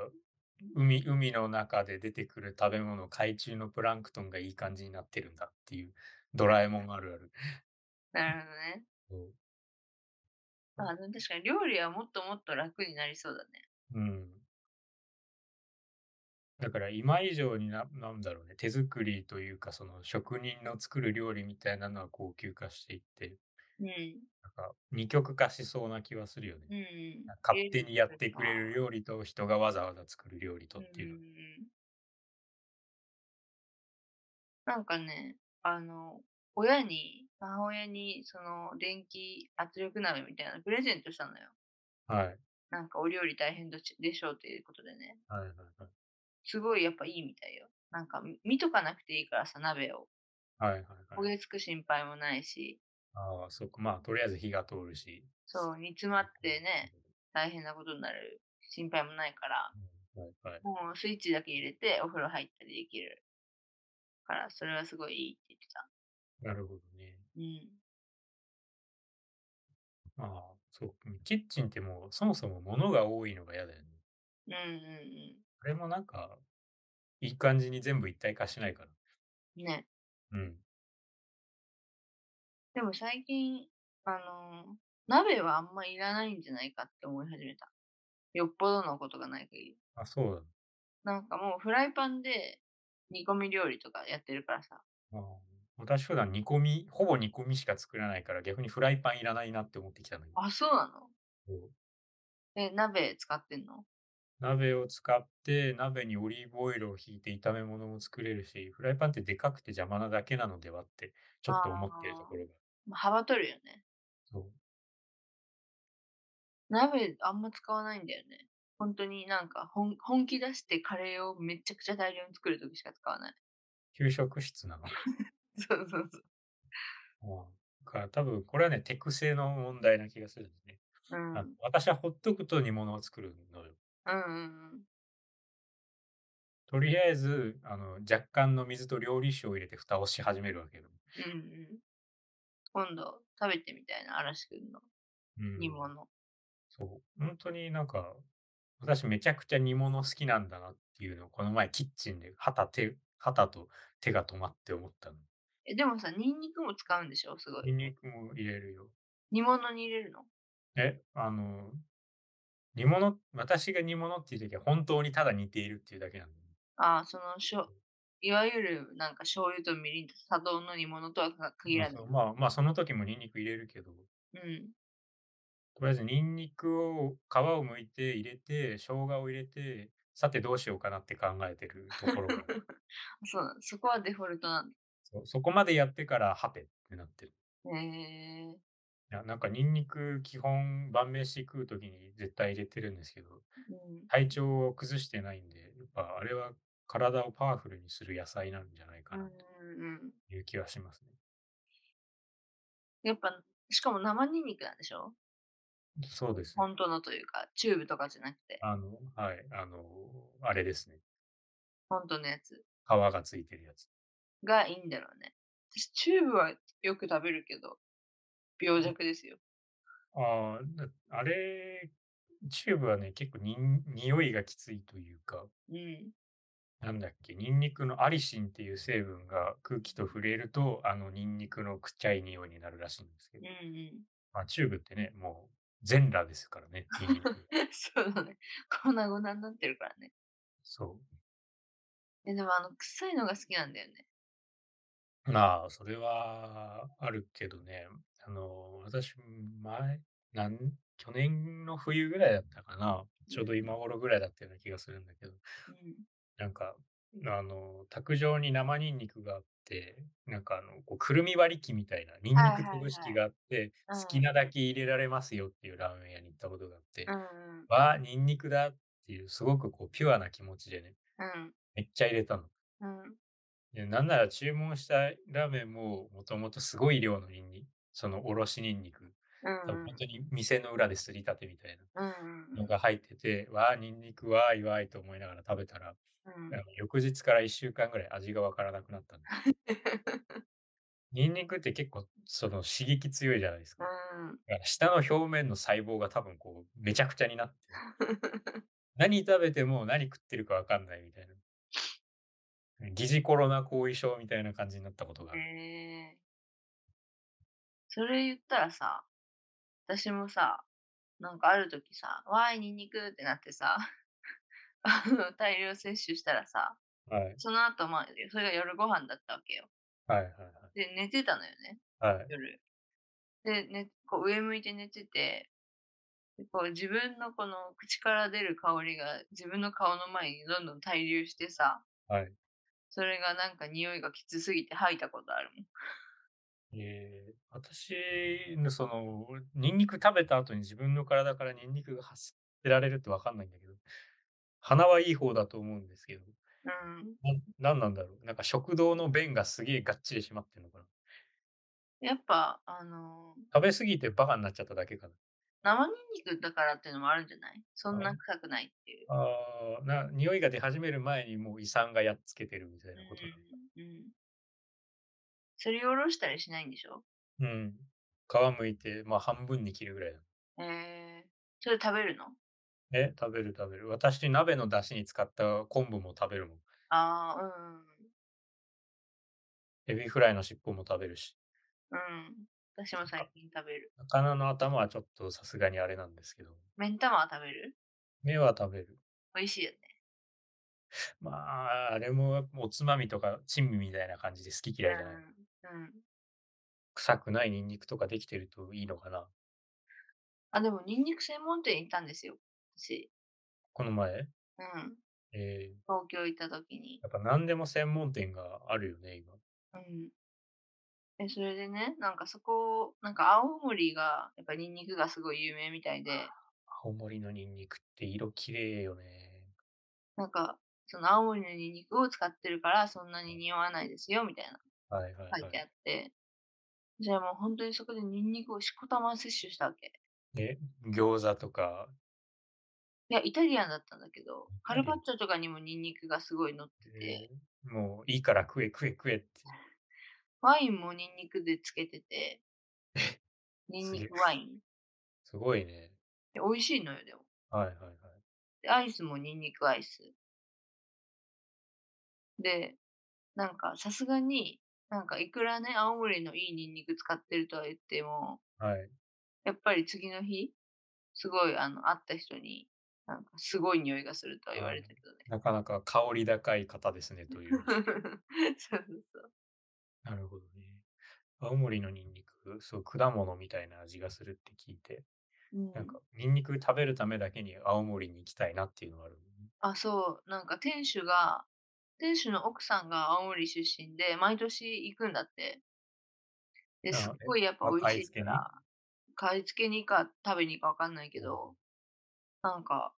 Speaker 1: 海、海の中で出てくる食べ物、海中のプランクトンがいい感じになってるんだっていう、ドラえもんあるある。
Speaker 2: なるほどね。
Speaker 1: そう
Speaker 2: あでも確かに料理はもっともっと楽になりそうだね。
Speaker 1: うん。だから今以上にな、なんだろうね、手作りというか、その職人の作る料理みたいなのは高級化していって、
Speaker 2: うん。
Speaker 1: なんか二極化しそうな気はするよね。
Speaker 2: うん
Speaker 1: なんか勝手にやってくれる料理と人がわざわざ作る料理とっていうの。
Speaker 2: んなんかね、あの、親に、母親に、その、電気圧力鍋みたいなのプレゼントしたのよ。
Speaker 1: はい。
Speaker 2: なんかお料理大変でしでしょうということでね。
Speaker 1: はいはいはい。
Speaker 2: すごいやっぱいいみたいよ。なんかみ見とかなくていいからさ、鍋を。
Speaker 1: はいはい
Speaker 2: 焦
Speaker 1: はい。
Speaker 2: げつく心配もないし、
Speaker 1: ああ、そっか。まあ、とりあえず火が通るし。
Speaker 2: そう、煮詰まってね、大変なことになる心配もないから、
Speaker 1: うん。はいはい。
Speaker 2: もうスイッチだけ入れてお風呂入ったりできるから、それはすごいいいって言ってた。
Speaker 1: なるほどね。
Speaker 2: うん。
Speaker 1: ああ、そう。キッチンってもう、そもそも物が多いのが嫌だよね。
Speaker 2: うんうん
Speaker 1: あれもなんか、いい感じに全部一体化しないから。
Speaker 2: うん。ね。
Speaker 1: うん。
Speaker 2: でも最近、あのー鍋はあんまいらないんじゃないかって思い始めた。よっぽどのことがない限り。
Speaker 1: あ、そう
Speaker 2: なんかもうフライパンで煮込み料理とかやってるからさ。
Speaker 1: だ。あ私普段煮込み、ほぼ煮込みしか作らないから、逆にフライパンいらないなって思ってきたのに。
Speaker 2: あ、そうなの
Speaker 1: そう
Speaker 2: え、鍋使ってんの
Speaker 1: 鍋を使って、鍋にオリーブオイルをひいて炒め物も作れるし、フライパンってでかくて邪魔なだけなのではって、ちょっと思っていると
Speaker 2: あ
Speaker 1: ころが。
Speaker 2: あー、幅取るよね。
Speaker 1: そう。
Speaker 2: 鍋あんま使わないんだよね。本当になんか本本気出してカレーをめちゃくちゃ大量に作るときしか使わない。 (laughs)
Speaker 1: 給食室なの。 (laughs)
Speaker 2: そうそうそう。
Speaker 1: うんだから多分これはね、手癖の問題な気がするんですね。
Speaker 2: う
Speaker 1: あ
Speaker 2: ん。
Speaker 1: 私はほっとくと煮物を作るのよ。
Speaker 2: うんうんうん。
Speaker 1: とりあえず、あの、若干の水と料理酒を入れて蓋をし始めるわけよ。
Speaker 2: うんうん。今度食べてみたいな、嵐くんの
Speaker 1: う
Speaker 2: 煮
Speaker 1: ん。
Speaker 2: 物。
Speaker 1: そう。本当になんか、私めちゃくちゃ煮物好きなんだなっていうのを、この前キッチンで旗手、旗と手が止まって思ったの。
Speaker 2: え、でもさ、ニンニクも使うんでしょすごい。
Speaker 1: ニンニクも入れるよ。
Speaker 2: 煮物に入れるの
Speaker 1: え、あの、煮物、私が煮物っていう時は本当にただ煮ているっていうだけなんだよね。
Speaker 2: ああ、そのしょ、いわゆるなんか醤油とみりんと砂糖の煮物とはか限
Speaker 1: まあ、
Speaker 2: らな
Speaker 1: そ
Speaker 2: い。
Speaker 1: うまあ、まあ、その時もニンニク入れるけど、
Speaker 2: うん。
Speaker 1: とりあえずニンニクを皮を剥いて入れて、生姜を入れて、さてどうしようかなって考えてるところが、
Speaker 2: (laughs) そうなんそこはデフォルトなん
Speaker 1: そそこまでやってからはてってなってる。
Speaker 2: だ。へえ。
Speaker 1: いや、なんかニンニク基本晩飯食う時に絶対入れてるんですけど、
Speaker 2: うん。
Speaker 1: 体調を崩してないんで、やっぱあれは体をパワフルにする野菜なんじゃないうか
Speaker 2: ん
Speaker 1: な
Speaker 2: う
Speaker 1: と
Speaker 2: んうん。
Speaker 1: いう気はしますね。
Speaker 2: やっぱ、しかも生ニンニクなんでしょ
Speaker 1: そうですね。
Speaker 2: 本当のというか、チューブとかじゃなくて、
Speaker 1: あの、はい、あの、あれですね。
Speaker 2: 本当のやつ
Speaker 1: 皮がついてるやつ。
Speaker 2: がいいんだろうね。私、チューブはよく食べるけど、病弱ですよ。
Speaker 1: ああ、なあれ、チューブはね、結構にん、匂いがきついというか、
Speaker 2: うん。
Speaker 1: なんだっけ、ニンニクのアリシンっていう成分が空気と触れると、あの、ニンニクのくっちゃい匂いになるらしいんですけ
Speaker 2: う
Speaker 1: ど、
Speaker 2: んうん。
Speaker 1: まあ、チューブってね、もう全裸ですからね、ニンニ
Speaker 2: (laughs)
Speaker 1: ク。
Speaker 2: そうだね。粉々になってるからね。
Speaker 1: そ
Speaker 2: えでも、あの、臭いのが好きなんだよね。
Speaker 1: う。まあ、それはあるけどね、あの、私、前、なん、去年の冬ぐらいだったかな、
Speaker 2: う
Speaker 1: ちょうど今頃ぐらいだったような気がするんだけど、
Speaker 2: ん。うん。
Speaker 1: なんか、あの、卓上に生ニンニクがあって、なんかあの、こうくるみ割り器みたいな、ニンニ
Speaker 2: は
Speaker 1: ク
Speaker 2: いはい
Speaker 1: 潰し器
Speaker 2: は
Speaker 1: があって、
Speaker 2: い。
Speaker 1: 好きなだけ入れられますよっていうラーメン屋に行ったことがあって、
Speaker 2: うん。うん。
Speaker 1: わあ、ニンニクだっていう、すごくこう、ピュアな気持ちでね、
Speaker 2: うん。
Speaker 1: めっちゃ入れたの。
Speaker 2: うん。
Speaker 1: でなんなら注文したラーメンも、もともとすごい量のニンニク、そのおろしニンニク、
Speaker 2: う
Speaker 1: 多分
Speaker 2: ん。
Speaker 1: 本当に店の裏ですりたてみたいな
Speaker 2: うん。
Speaker 1: のが入ってて、わあ、ニンニクわーいわーいと思いながら食べたら、
Speaker 2: う
Speaker 1: あ
Speaker 2: ん。
Speaker 1: の翌日から1週間ぐらい味がわからなくなったんです。ニンニクって結構その刺激強いじゃないですか。
Speaker 2: うん。
Speaker 1: だから舌の表面の細胞が多分こうめちゃくちゃにな
Speaker 2: (laughs)
Speaker 1: って、何食べても何食ってるかわかんないみたいな。疑似コロナ後遺症みたいな感じになったことがある。
Speaker 2: えー、それ言ったらさ、私もさ、なんかある時さ、わーい、ニンニクってなってさ、 (laughs) あの大量摂取したらさ、
Speaker 1: はい。
Speaker 2: その後、まあ、それが夜ご飯だったわけよ。
Speaker 1: はいはい
Speaker 2: で、寝てたのよね、
Speaker 1: はい。はい。
Speaker 2: 夜。で、ね、こう上向いて寝てて、でこう自分のこの口から出る香りが自分の顔の前にどんどん滞留してさ、
Speaker 1: はい。
Speaker 2: それがなんか匂いがきつすぎて吐いたことあるもん。
Speaker 1: えー私のその、ニンニク食べた後に自分の体からニンニクが発せられるってわかんないんだけど、鼻はいい方だと思うんですけど、
Speaker 2: うん。
Speaker 1: な、なんなんだろう。なんか食道の便がすげえがっちり締まってるのかな。
Speaker 2: やっぱ、あのー
Speaker 1: 食べ過ぎてバカになっちゃっただけかな。
Speaker 2: 生ニンニクだからっていうのもあるんじゃないそん
Speaker 1: あ
Speaker 2: な臭くないっていう。
Speaker 1: あー、な、匂いが出始める前にもう胃酸がやっつけてるみたいなことなのか。
Speaker 2: うん。うん。すりおろしたりしないんでしょ
Speaker 1: うん。皮むいて、まあ半分に切るぐらいだ。
Speaker 2: えー、それ食べるの
Speaker 1: え、食べる食べる。私、鍋の出汁に使った昆布も食べるもん。
Speaker 2: ああー、
Speaker 1: エビフライの尻尾も食べるし。
Speaker 2: うん。うん。私も最近食べる。
Speaker 1: 魚の頭はちょっとさすがにあれなんですけど、
Speaker 2: 目ん玉は食べる
Speaker 1: 目は食べる。
Speaker 2: 美味しいよね。
Speaker 1: まあ、あれもおつまみとか珍味みたいな感じで好き嫌いじゃない。
Speaker 2: うん。
Speaker 1: 臭くないニンニクとかできてるといいのかな
Speaker 2: あ、でも、ニンニク専門店行ったんですよ。私。
Speaker 1: この前、
Speaker 2: うん。
Speaker 1: えー
Speaker 2: 東京行った時に。
Speaker 1: やっぱ何でも専門店があるよね、今。
Speaker 2: うん。え、それでね、なんかそこ、なんか青森が、やっぱニンニクがすごい有名みたいで、
Speaker 1: 青森のニンニクって色綺麗よね。
Speaker 2: なんか、その青森のニンニクを使ってるから、そんなに匂わないですよ、みたいな。
Speaker 1: はいはい、は
Speaker 2: 書いてあ
Speaker 1: い。
Speaker 2: って、じゃあもう本当にそこでニンニクをしこたま摂取したわけ。
Speaker 1: え、餃子とか、
Speaker 2: いや、イタリアンだったんだけど、カ
Speaker 1: タ
Speaker 2: ル
Speaker 1: リ
Speaker 2: パ
Speaker 1: アン
Speaker 2: ッチョとかにもニンニクがすごい乗ってて、
Speaker 1: えーもういいから食え食え食えって。
Speaker 2: ワインもニンニクでつけてて、ニン
Speaker 1: すげ
Speaker 2: ニ
Speaker 1: え
Speaker 2: クワイン。
Speaker 1: すごいね。
Speaker 2: で美味しいのよ、でも。
Speaker 1: はいはいはい。
Speaker 2: で、アイスもニンニクアイス。で、なんかさすがに、なんかいくらね、青森のいいニンニク使ってるとは言っても、
Speaker 1: はい。
Speaker 2: やっぱり次の日、すごい、あの、会った人に、なんかすごい匂いがするとは言われたけどね。 (laughs)
Speaker 1: なかなか香り高い方ですね、という。
Speaker 2: そうそうそう。
Speaker 1: なるほどね。青森のニンニク、そう、果物みたいな味がするって聞いて、
Speaker 2: うん
Speaker 1: なんか、ニンニク食べるためだけに青森に行きたいなっていうのはあるもんね。
Speaker 2: あ、そう、なんか店主が、店主の奥さんが青森出身で、毎年行くんだって。で、
Speaker 1: あ
Speaker 2: すっ
Speaker 1: え
Speaker 2: ごいやっぱ
Speaker 1: あ
Speaker 2: 美
Speaker 1: 買い
Speaker 2: 味しい
Speaker 1: 付け
Speaker 2: か
Speaker 1: に
Speaker 2: ら、買い付けに行くか食べに行くかわかんないけど、なんか、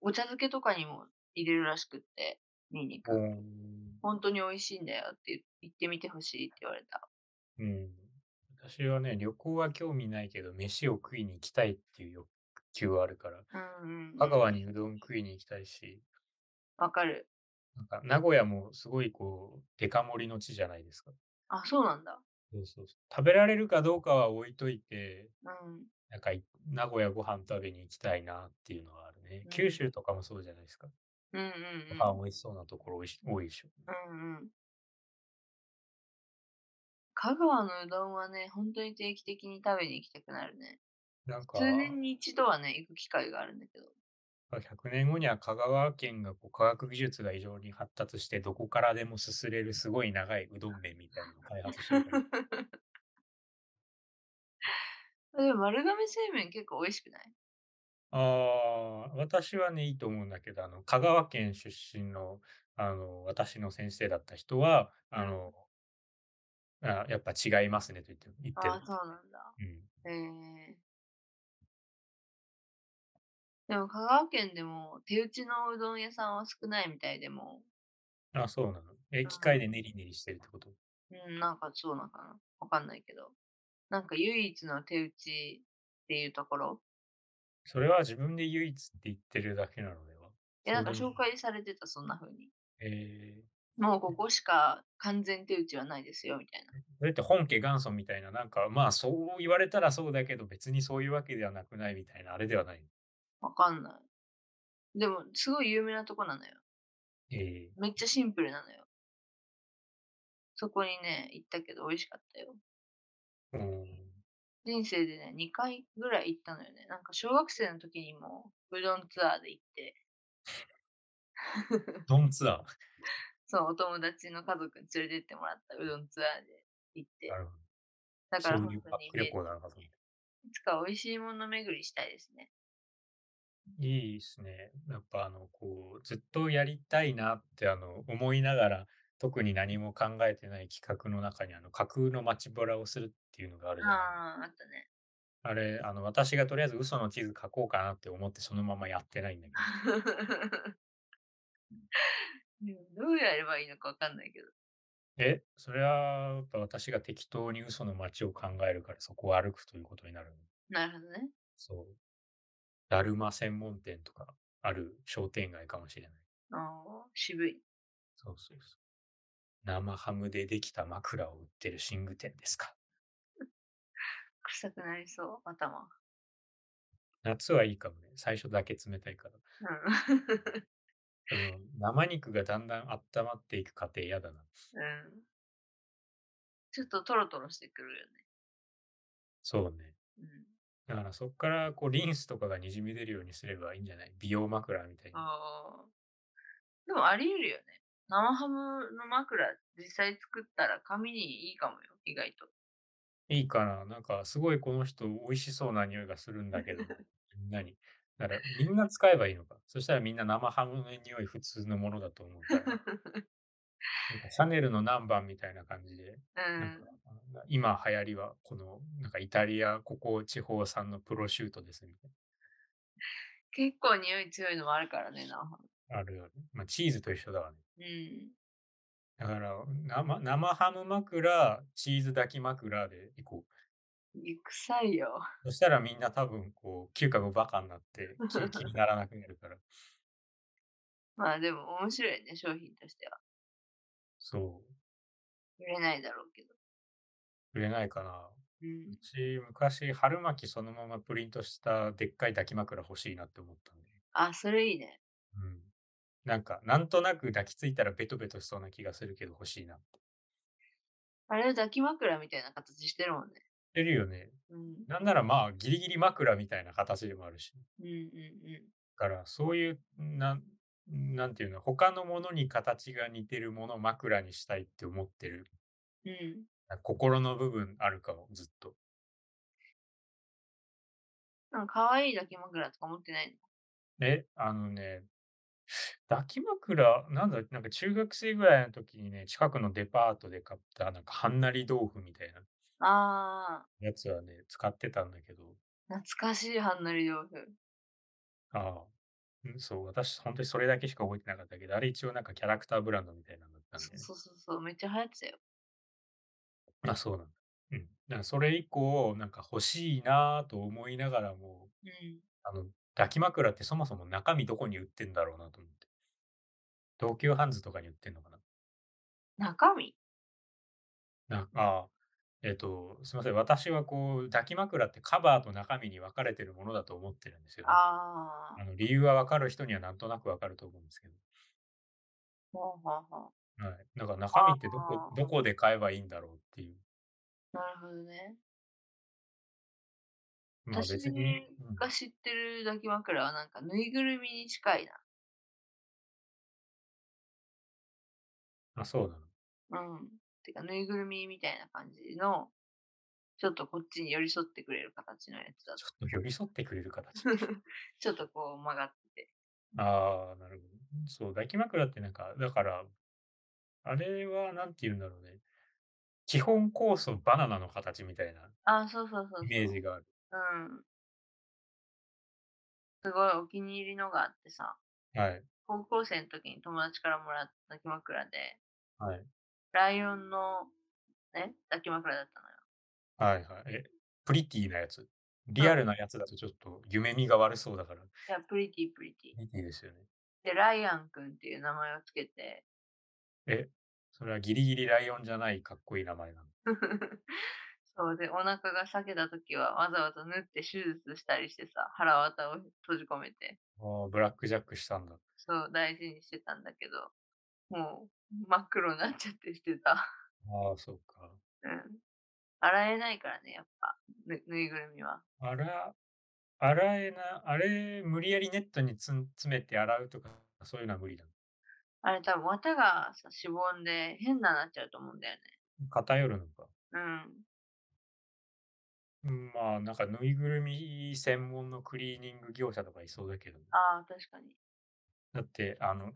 Speaker 2: お茶漬けとかにも入れるらしくって、ニンニ
Speaker 1: お
Speaker 2: ク。
Speaker 1: ー
Speaker 2: 本当に美味しいんだよって言ってみてほしいって言われた。
Speaker 1: うん。私はね、旅行は興味ないけど、飯を食いに行きたいっていう欲求はあるから、
Speaker 2: うんうんう
Speaker 1: 香
Speaker 2: ん。
Speaker 1: 川にうどん食いに行きたいし、
Speaker 2: わかる。
Speaker 1: なんか名古屋もすごいこう、デカ盛りの地じゃないですか。
Speaker 2: あ、そうなんだ。
Speaker 1: そうそうそう食べられるかどうかは置いといて、
Speaker 2: うん。
Speaker 1: なんかい名古屋ご飯食べに行きたいなっていうのはあるね
Speaker 2: う。ん
Speaker 1: 九州とかもそうじゃないですか。
Speaker 2: うんうん
Speaker 1: ご飯美味しそうなところ多いし多いでしょ。
Speaker 2: うん。うんうん。香川のうどんはね、本当に定期的に食べに行きたくなるね。
Speaker 1: なんか、
Speaker 2: 数年に一度はね、行く機会があるんだけど。
Speaker 1: 100年後には香川県がこう科学技術が異常に発達して、どこからでもすすれるすごい長いうどん麺みたいなのを開発してるから
Speaker 2: (laughs) でも丸亀製麺結構美味しくない
Speaker 1: ああ、私はね、いいと思うんだけど、あの、香川県出身の、あの、私の先生だった人は、あの、あやっぱ違いますねと言って言って
Speaker 2: あ
Speaker 1: る
Speaker 2: あ、。そうなんだ。
Speaker 1: うん。
Speaker 2: へえでも香川県でも手打ちのうどん屋さんは少ないみたいでも
Speaker 1: あ、そうなの。え、機械で練り練りしてるってこと
Speaker 2: う、うん、なんかそうなのかなわかんないけど。なんか唯一の手打ちっていうところ
Speaker 1: それは自分で唯一って言ってるだけなのでは。
Speaker 2: いや、なんか
Speaker 1: そう
Speaker 2: 紹
Speaker 1: でも
Speaker 2: 介されてた、そんな風に。
Speaker 1: えー
Speaker 2: もうここしか完全手打ちはないですよ、みたいな。
Speaker 1: それって本家元祖みたいな、なんかまあそう言われたらそうだけど、別にそういうわけではなくないみたいな、あれではない。
Speaker 2: わかんない。でも、すごい有名なとこなのよ。
Speaker 1: え
Speaker 2: めっちゃシンプルなのよ。そこにね、行ったけど美味しかったよ。
Speaker 1: ーうん
Speaker 2: 人生でね、2回ぐらい行ったのよね。なんか小学生の時にもうどんツアーで行って、
Speaker 1: ドンツアー。
Speaker 2: そう、お友達の家族に連れてってもらったうどんツアーで行って
Speaker 1: な、るほ
Speaker 2: だ
Speaker 1: ど
Speaker 2: から
Speaker 1: そう
Speaker 2: 本
Speaker 1: いう
Speaker 2: 当に
Speaker 1: 学旅行なのかと思っ
Speaker 2: いつか美味しいもの巡りしたいですね。
Speaker 1: たいいですね。やっぱあの、こう、ずっとやりたいなってあの思いながら、特に何も考えてない企画の中に、あの、架空の街ブラをするっていうのがあるじゃないですか
Speaker 2: ああ、あったね。
Speaker 1: あれ、あの、私がとりあえず嘘の地図書こうかなって思ってそのままやってないんだけど。
Speaker 2: (laughs) でもどうやればいいのかわかんないけど。
Speaker 1: え、それは、やっぱ私が適当に嘘の街を考えるからそこを歩くということになるの。
Speaker 2: なるほどね。
Speaker 1: そう。だるま専門店とかある商店街かもしれない。
Speaker 2: あー渋い。
Speaker 1: そうそうそう。生ハムでできた枕を売ってる寝具店ですか。
Speaker 2: 臭くなりそう、頭。 (laughs)
Speaker 1: 夏はいいかもね。最初だけ冷たいから。
Speaker 2: うん。
Speaker 1: でも生肉がだんだん温まっていく過程嫌だな。
Speaker 2: うん、ちょっとトロトロしてくるよ
Speaker 1: そうね。
Speaker 2: ね。
Speaker 1: だからそこからこうリンスとかがにじみ出るようにすればいいんじゃない美容枕みたい
Speaker 2: うん、
Speaker 1: に。
Speaker 2: ああ。でもあり得るよね。生ハムの枕実際作ったら髪にいいかもよ、意外と。
Speaker 1: いいかななんか、すごいこの人、美味しそうな匂いがするんだけど、みんなに。だから、みんな使えばいいのか。そしたらみんな生ハムの匂い普通のものだと思うから。なんかシャネルの何番みたいな感じで、
Speaker 2: う
Speaker 1: なん
Speaker 2: ん
Speaker 1: か。今流行りはこのなんかイタリアここ地方産のプロシュートですみたい
Speaker 2: 結構匂い強いのもあるからね、生ハム。
Speaker 1: な。あるよね。まあ、チーズと一緒だわね。
Speaker 2: うん。
Speaker 1: だから生生ハム枕、チーズ抱き枕でいこう。
Speaker 2: いや臭いよ。
Speaker 1: そしたらみんな多分こう嗅覚バカになって気気にならなくなるから。
Speaker 2: まあでも面白いね、商品としては。
Speaker 1: そう。
Speaker 2: 売れないだろうけど。
Speaker 1: 売れないかな。
Speaker 2: うん
Speaker 1: う。ち昔春巻きそのままプリントしたでっかい抱き枕欲しいなって思ったんで。
Speaker 2: あ、それいいね。
Speaker 1: うん。なんか、なんとなく抱きついたらベトベトしそうな気がするけど欲しいなって。
Speaker 2: あれ抱き枕みたいな形してるもんね。
Speaker 1: 出るよね。
Speaker 2: うん。
Speaker 1: なんならまあ、ギリギリ枕みたいな形でもあるし。
Speaker 2: うんうんうん。
Speaker 1: だから、そういう、なん、なんていうの、他のものに形が似てるものを枕にしたいって思ってる。
Speaker 2: うん。
Speaker 1: なんか心の部分あるかも、ずっと。
Speaker 2: なんか可愛い抱き枕とか持ってないの
Speaker 1: え、あのね、抱き枕、なんだ、なんか中学生ぐらいの時にね、近くのデパートで買った、なんかはんなり豆腐みたいな
Speaker 2: あ
Speaker 1: やつはね、使ってたんだけど、
Speaker 2: ー、懐かしいハンナリ豆腐。
Speaker 1: ああ、うんそう、私、本当にそれだけしか覚えてなかったけど、あれ一応なんかキャラクターブランドみたいなのだったんで
Speaker 2: そう、そうそうそう、めっちゃ流行ってたよ。
Speaker 1: あ、そうなんだ。うん。だからそれ以降、なんか欲しいなぁと思いながらも、
Speaker 2: うん。
Speaker 1: あの、抱き枕ってそもそも中身どこに売ってんだろうなと思って。東急ハンズとかに売ってんのかな
Speaker 2: 中身
Speaker 1: なああ、えっと、すみません。私はこう、抱き枕ってカバーと中身に分かれてるものだと思ってるんですよね。
Speaker 2: あ
Speaker 1: あの、理由は分かる人にはなんとなく分かると思うんですけど。
Speaker 2: ー、ほうほうほ
Speaker 1: はい。なんか中身ってど
Speaker 2: あ
Speaker 1: こ、
Speaker 2: ー
Speaker 1: どこで買えばいいんだろうっていう。
Speaker 2: う。なるほどね。
Speaker 1: まあ
Speaker 2: 私
Speaker 1: 別に、うん
Speaker 2: が知ってる抱き枕はなんかぬいぐるみに近い
Speaker 1: あ、そうなの。
Speaker 2: な。うん。てか、ぬいぐるみみたいな感じの、ちょっとこっちに寄り添ってくれる形のやつだ
Speaker 1: ちょっと寄り添ってくれる形。
Speaker 2: と。 (laughs) ちょっとこう曲がってて。
Speaker 1: ああ、なるほど。そう、抱き枕ってなんか、だから、あれはなんて言うんだろうね。基本構想バナナの形みたいな
Speaker 2: あー、そうそうそうそう。
Speaker 1: イメージがある。
Speaker 2: うん。すごいお気に入りのがあってさ、
Speaker 1: はい。
Speaker 2: 高校生の時に友達からもらった抱き枕で、
Speaker 1: はい。
Speaker 2: ライオンの、ね、抱き枕だったのよ。
Speaker 1: はいはい。え、プリティなやつ。リアルなやつだとちょっと夢見が悪そうだから、
Speaker 2: いや、プリティプリティ
Speaker 1: プ。リティですよね。
Speaker 2: で、ライアンくんっていう名前をつけて、 (laughs)
Speaker 1: え、それはギリギリライオンじゃないかっこいい名前なの。
Speaker 2: そうで、お腹が裂けた時はわざわざ縫って手術したりしてさ、腹綿を閉じ込めて、
Speaker 1: あーブラックジャックしたんだ。
Speaker 2: そう大事にしてたんだけど、もう真っ黒になっちゃってしてた。
Speaker 1: ああ、そうか。
Speaker 2: うん。洗えないからね、やっぱ、ぬぬいぐるみは。
Speaker 1: あら、洗えな、あれ、無理やりネットにつん詰めて洗うとか、そういうのは無理だ。
Speaker 2: あれ多分綿がさ、しぼんで変ななっちゃうと思うんだよね。
Speaker 1: 偏るのか。
Speaker 2: うん。
Speaker 1: うんまあ、なんか、ぬいぐるみ専門のクリーニング業者とかいそうだけどね、
Speaker 2: ああ、確かに。
Speaker 1: だって、あの、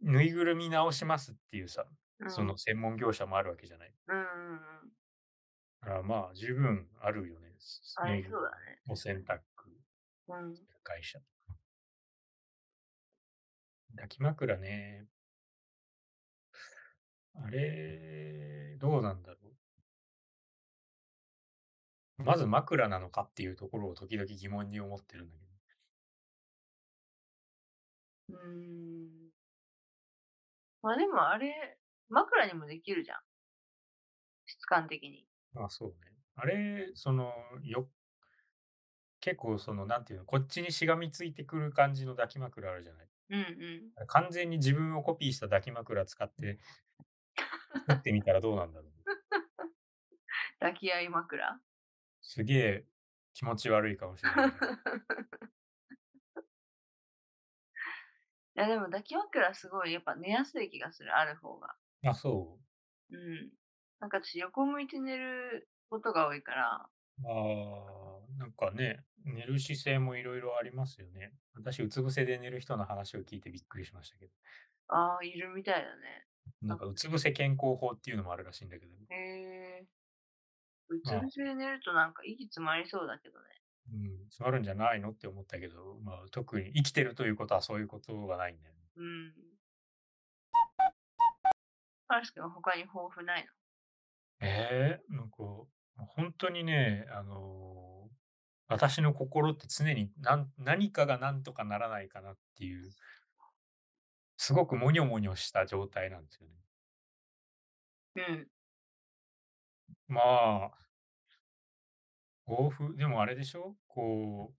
Speaker 1: ぬいぐるみ直しますっていうさ、
Speaker 2: うん。
Speaker 1: その専門業者もあるわけじゃない。
Speaker 2: うんうんうん。
Speaker 1: だからまあ、十分あるよね。す
Speaker 2: あ
Speaker 1: ぬい
Speaker 2: り
Speaker 1: ぐ
Speaker 2: そうだね。
Speaker 1: お洗濯
Speaker 2: うん。
Speaker 1: 会社。抱き枕ね。あれ、どうなんだろう。まず枕なのかっていうところを時々疑問に思ってるんだけど。
Speaker 2: うーん。まあでもあれ、枕にもできるじゃん。質感的に。
Speaker 1: あ、そうね。あれ、その、よ、結構その、なんていうの、こっちにしがみついてくる感じの抱き枕あるじゃない。
Speaker 2: うんうん。
Speaker 1: あれ完全に自分をコピーした抱き枕使って作ってみたらどうなんだろう。
Speaker 2: 抱き合い枕
Speaker 1: すげえ気持ち悪いかもしれないけど。
Speaker 2: いや、でも抱き枕すごいやっぱ寝やすい気がする、ある方が。
Speaker 1: あ、そ
Speaker 2: うん。なんか私横向いて寝ることが多いから、
Speaker 1: う。ああ、なんかね、寝る姿勢もいろいろありますよね。私、うつ伏せで寝る人の話を聞いてびっくりしましたけど。
Speaker 2: ああ、いるみたいだね。
Speaker 1: な
Speaker 2: なんん
Speaker 1: か、
Speaker 2: か、
Speaker 1: うつ伏せ健康法っていうのもあるらしいんだけど、
Speaker 2: へえうつ
Speaker 1: まあ、
Speaker 2: 伏せで寝るとなんか息詰まりそうだけどね。
Speaker 1: うん、座るんじゃないのって思ったけど、まあ、特に生きてるということはそういうことがないんだよね。
Speaker 2: うん。ハルス君は他に抱負ないの
Speaker 1: ええなんか、本当にね、あのー私の心って常に何何かが何とかならないかなっていう、すごくもにょもにょした状態なんですよね。
Speaker 2: うん。
Speaker 1: まあ、抱負、でもあれでしょこ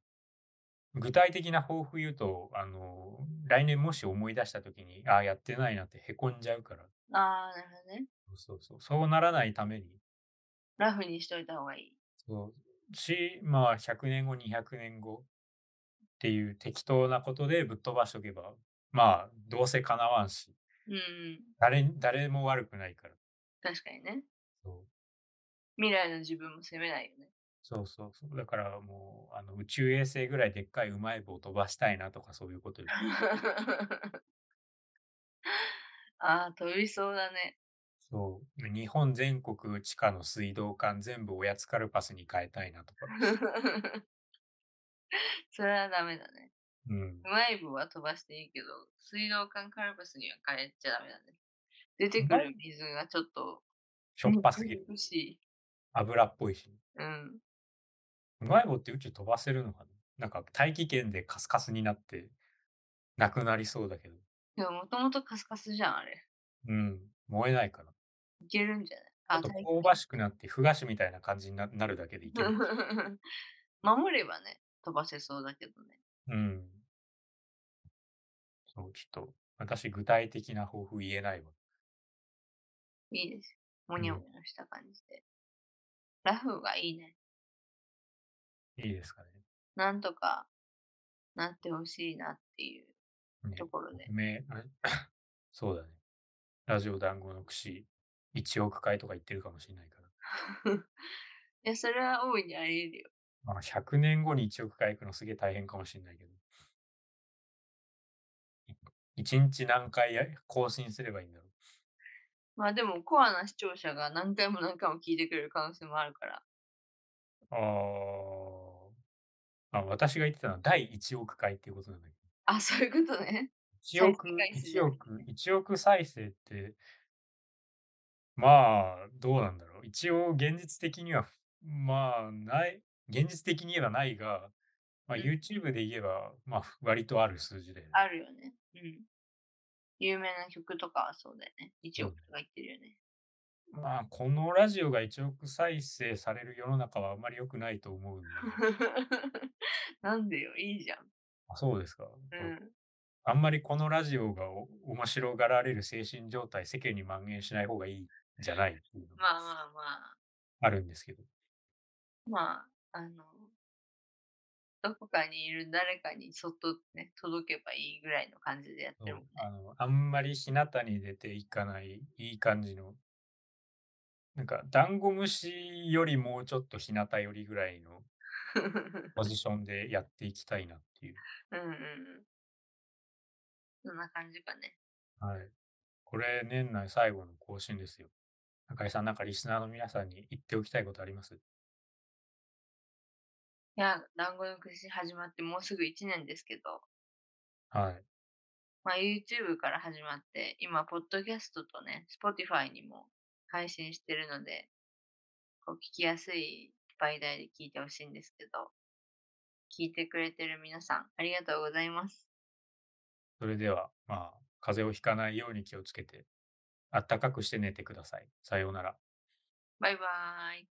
Speaker 1: う、具体的な抱負言うと、あのー来年もし思い出した時に、ああ、やってないなってへこんじゃうから、
Speaker 2: ああ、なるほどね。
Speaker 1: そうそう、そうならないために、
Speaker 2: ラフにしといた方がいい。
Speaker 1: そうし、まあ、100年後、200年後、っていう適当なことでぶっ飛ばしとけば、まあ、どうせ叶わんし、
Speaker 2: うんうん。
Speaker 1: 誰に、誰も悪くないから。
Speaker 2: 確かにね。
Speaker 1: そう
Speaker 2: 未来の自分も責めないよね。 (laughs)
Speaker 1: そうそうそう。だからもう、あの、宇宙衛星ぐらいでっかいうまい棒飛ばしたいなとかそういうことよ。
Speaker 2: ああ、飛びそうだね。 (laughs)
Speaker 1: そう。日本全国地下の水道管全部おやつカルパスに変えたいなとか。
Speaker 2: それはダメだね。
Speaker 1: うん。
Speaker 2: うまい棒は飛ばしていいけど、水道管カルパスには変えちゃダメだね。出て
Speaker 1: う
Speaker 2: く
Speaker 1: まい
Speaker 2: る水がちょっと、
Speaker 1: しょっぱすぎる。
Speaker 2: 苦しい。
Speaker 1: 油っぽいし。
Speaker 2: うん。
Speaker 1: うまい棒って宇宙飛ばせるのかななんか大気圏でカスカスになってなくなりそうだけど。
Speaker 2: でも、もともとカスカスじゃん、あれ。
Speaker 1: うん。燃えないかな。
Speaker 2: いけるんじゃない
Speaker 1: ちょっと
Speaker 2: あ、体
Speaker 1: 香ばしくなって、ふ菓子みたいな感じにななるだけでいける。
Speaker 2: 育 (laughs) 守ればね、飛ばせそうだけどね。
Speaker 1: うん。そう、ちょっと、私、具体的な抱負言えないわ。
Speaker 2: いいです。も
Speaker 1: う
Speaker 2: にゃも
Speaker 1: ん。
Speaker 2: にゃした感じで。ラフがいいね。
Speaker 1: いいですかね。
Speaker 2: なんとかなってほしいなっていうと
Speaker 1: ね。
Speaker 2: ころで。
Speaker 1: 匿名、あれ (coughs) そうだね。ラジオ団子の串、1億回とか言ってるかもしれないから。
Speaker 2: いや、それは大いにあり得るよ。
Speaker 1: まあ、100年後に1億回行くのすげえ大変かもしれないけど。1日何回や更新すればいいんだろう。
Speaker 2: まあでも、コアな視聴者が何回も何回も聞いてくれる可能性もあるから。
Speaker 1: あーあ、私が言ってたのは第1億回っていうことなんだけど。
Speaker 2: あ、そういうことね。 (laughs)
Speaker 1: 1
Speaker 2: 再生
Speaker 1: 億、
Speaker 2: 回数じ
Speaker 1: 1
Speaker 2: ゃなくて
Speaker 1: 億、1億再生って、まあ、どうなんだろう。一応、現実的には、まあ、ない、現実的に言えばないが、まあ、
Speaker 2: うん
Speaker 1: YouTube で言えば、まあ、割とある数字だよね。
Speaker 2: あるよね。うん。有名な曲とかはそうだよね。1
Speaker 1: そう
Speaker 2: 億
Speaker 1: ね
Speaker 2: とか言ってるよね。 (laughs)
Speaker 1: まあ、このラジオが1億再生される世の中はあまり良くないと思 (laughs) うんで、
Speaker 2: なんでよ、いいじゃん。
Speaker 1: あそうですか。
Speaker 2: う。
Speaker 1: こうんあんまりこのラジオがお面白がられる精神状態、世間に蔓延しない方がいいんじゃないっていうのも
Speaker 2: まあまあまあ。
Speaker 1: あるんですけど。
Speaker 2: まあ、あの、どこかにいる誰かにそっとね、届けばいいぐらいの感じでやって
Speaker 1: そ
Speaker 2: るもん
Speaker 1: う、
Speaker 2: ね。
Speaker 1: あの、あんまり日向に出ていかない、いい感じの、なんか、ダンゴムシよりもうちょっと日向よりぐらいのポジションでやっていきたいなっていう。
Speaker 2: (laughs) うんうんうん。そんな感じかね。
Speaker 1: はい。これ、年内最後の更新ですよ。中井さん、なんかリスナーの皆さんに言っておきたいことあります
Speaker 2: いや、団子の串始まってもうすぐ1年ですけど、
Speaker 1: はい。
Speaker 2: まあ、YouTube から始まって、今、ポッドキャストとね、Spotify にも配信してるので、こう聞きやすい媒体で聞いてほしいんですけど、聞いてくれてる皆さん、ありがとうございます。
Speaker 1: それでは、まあ、風邪をひかないように気をつけて、あったかくして寝てください。さようなら。
Speaker 2: バイバーイ。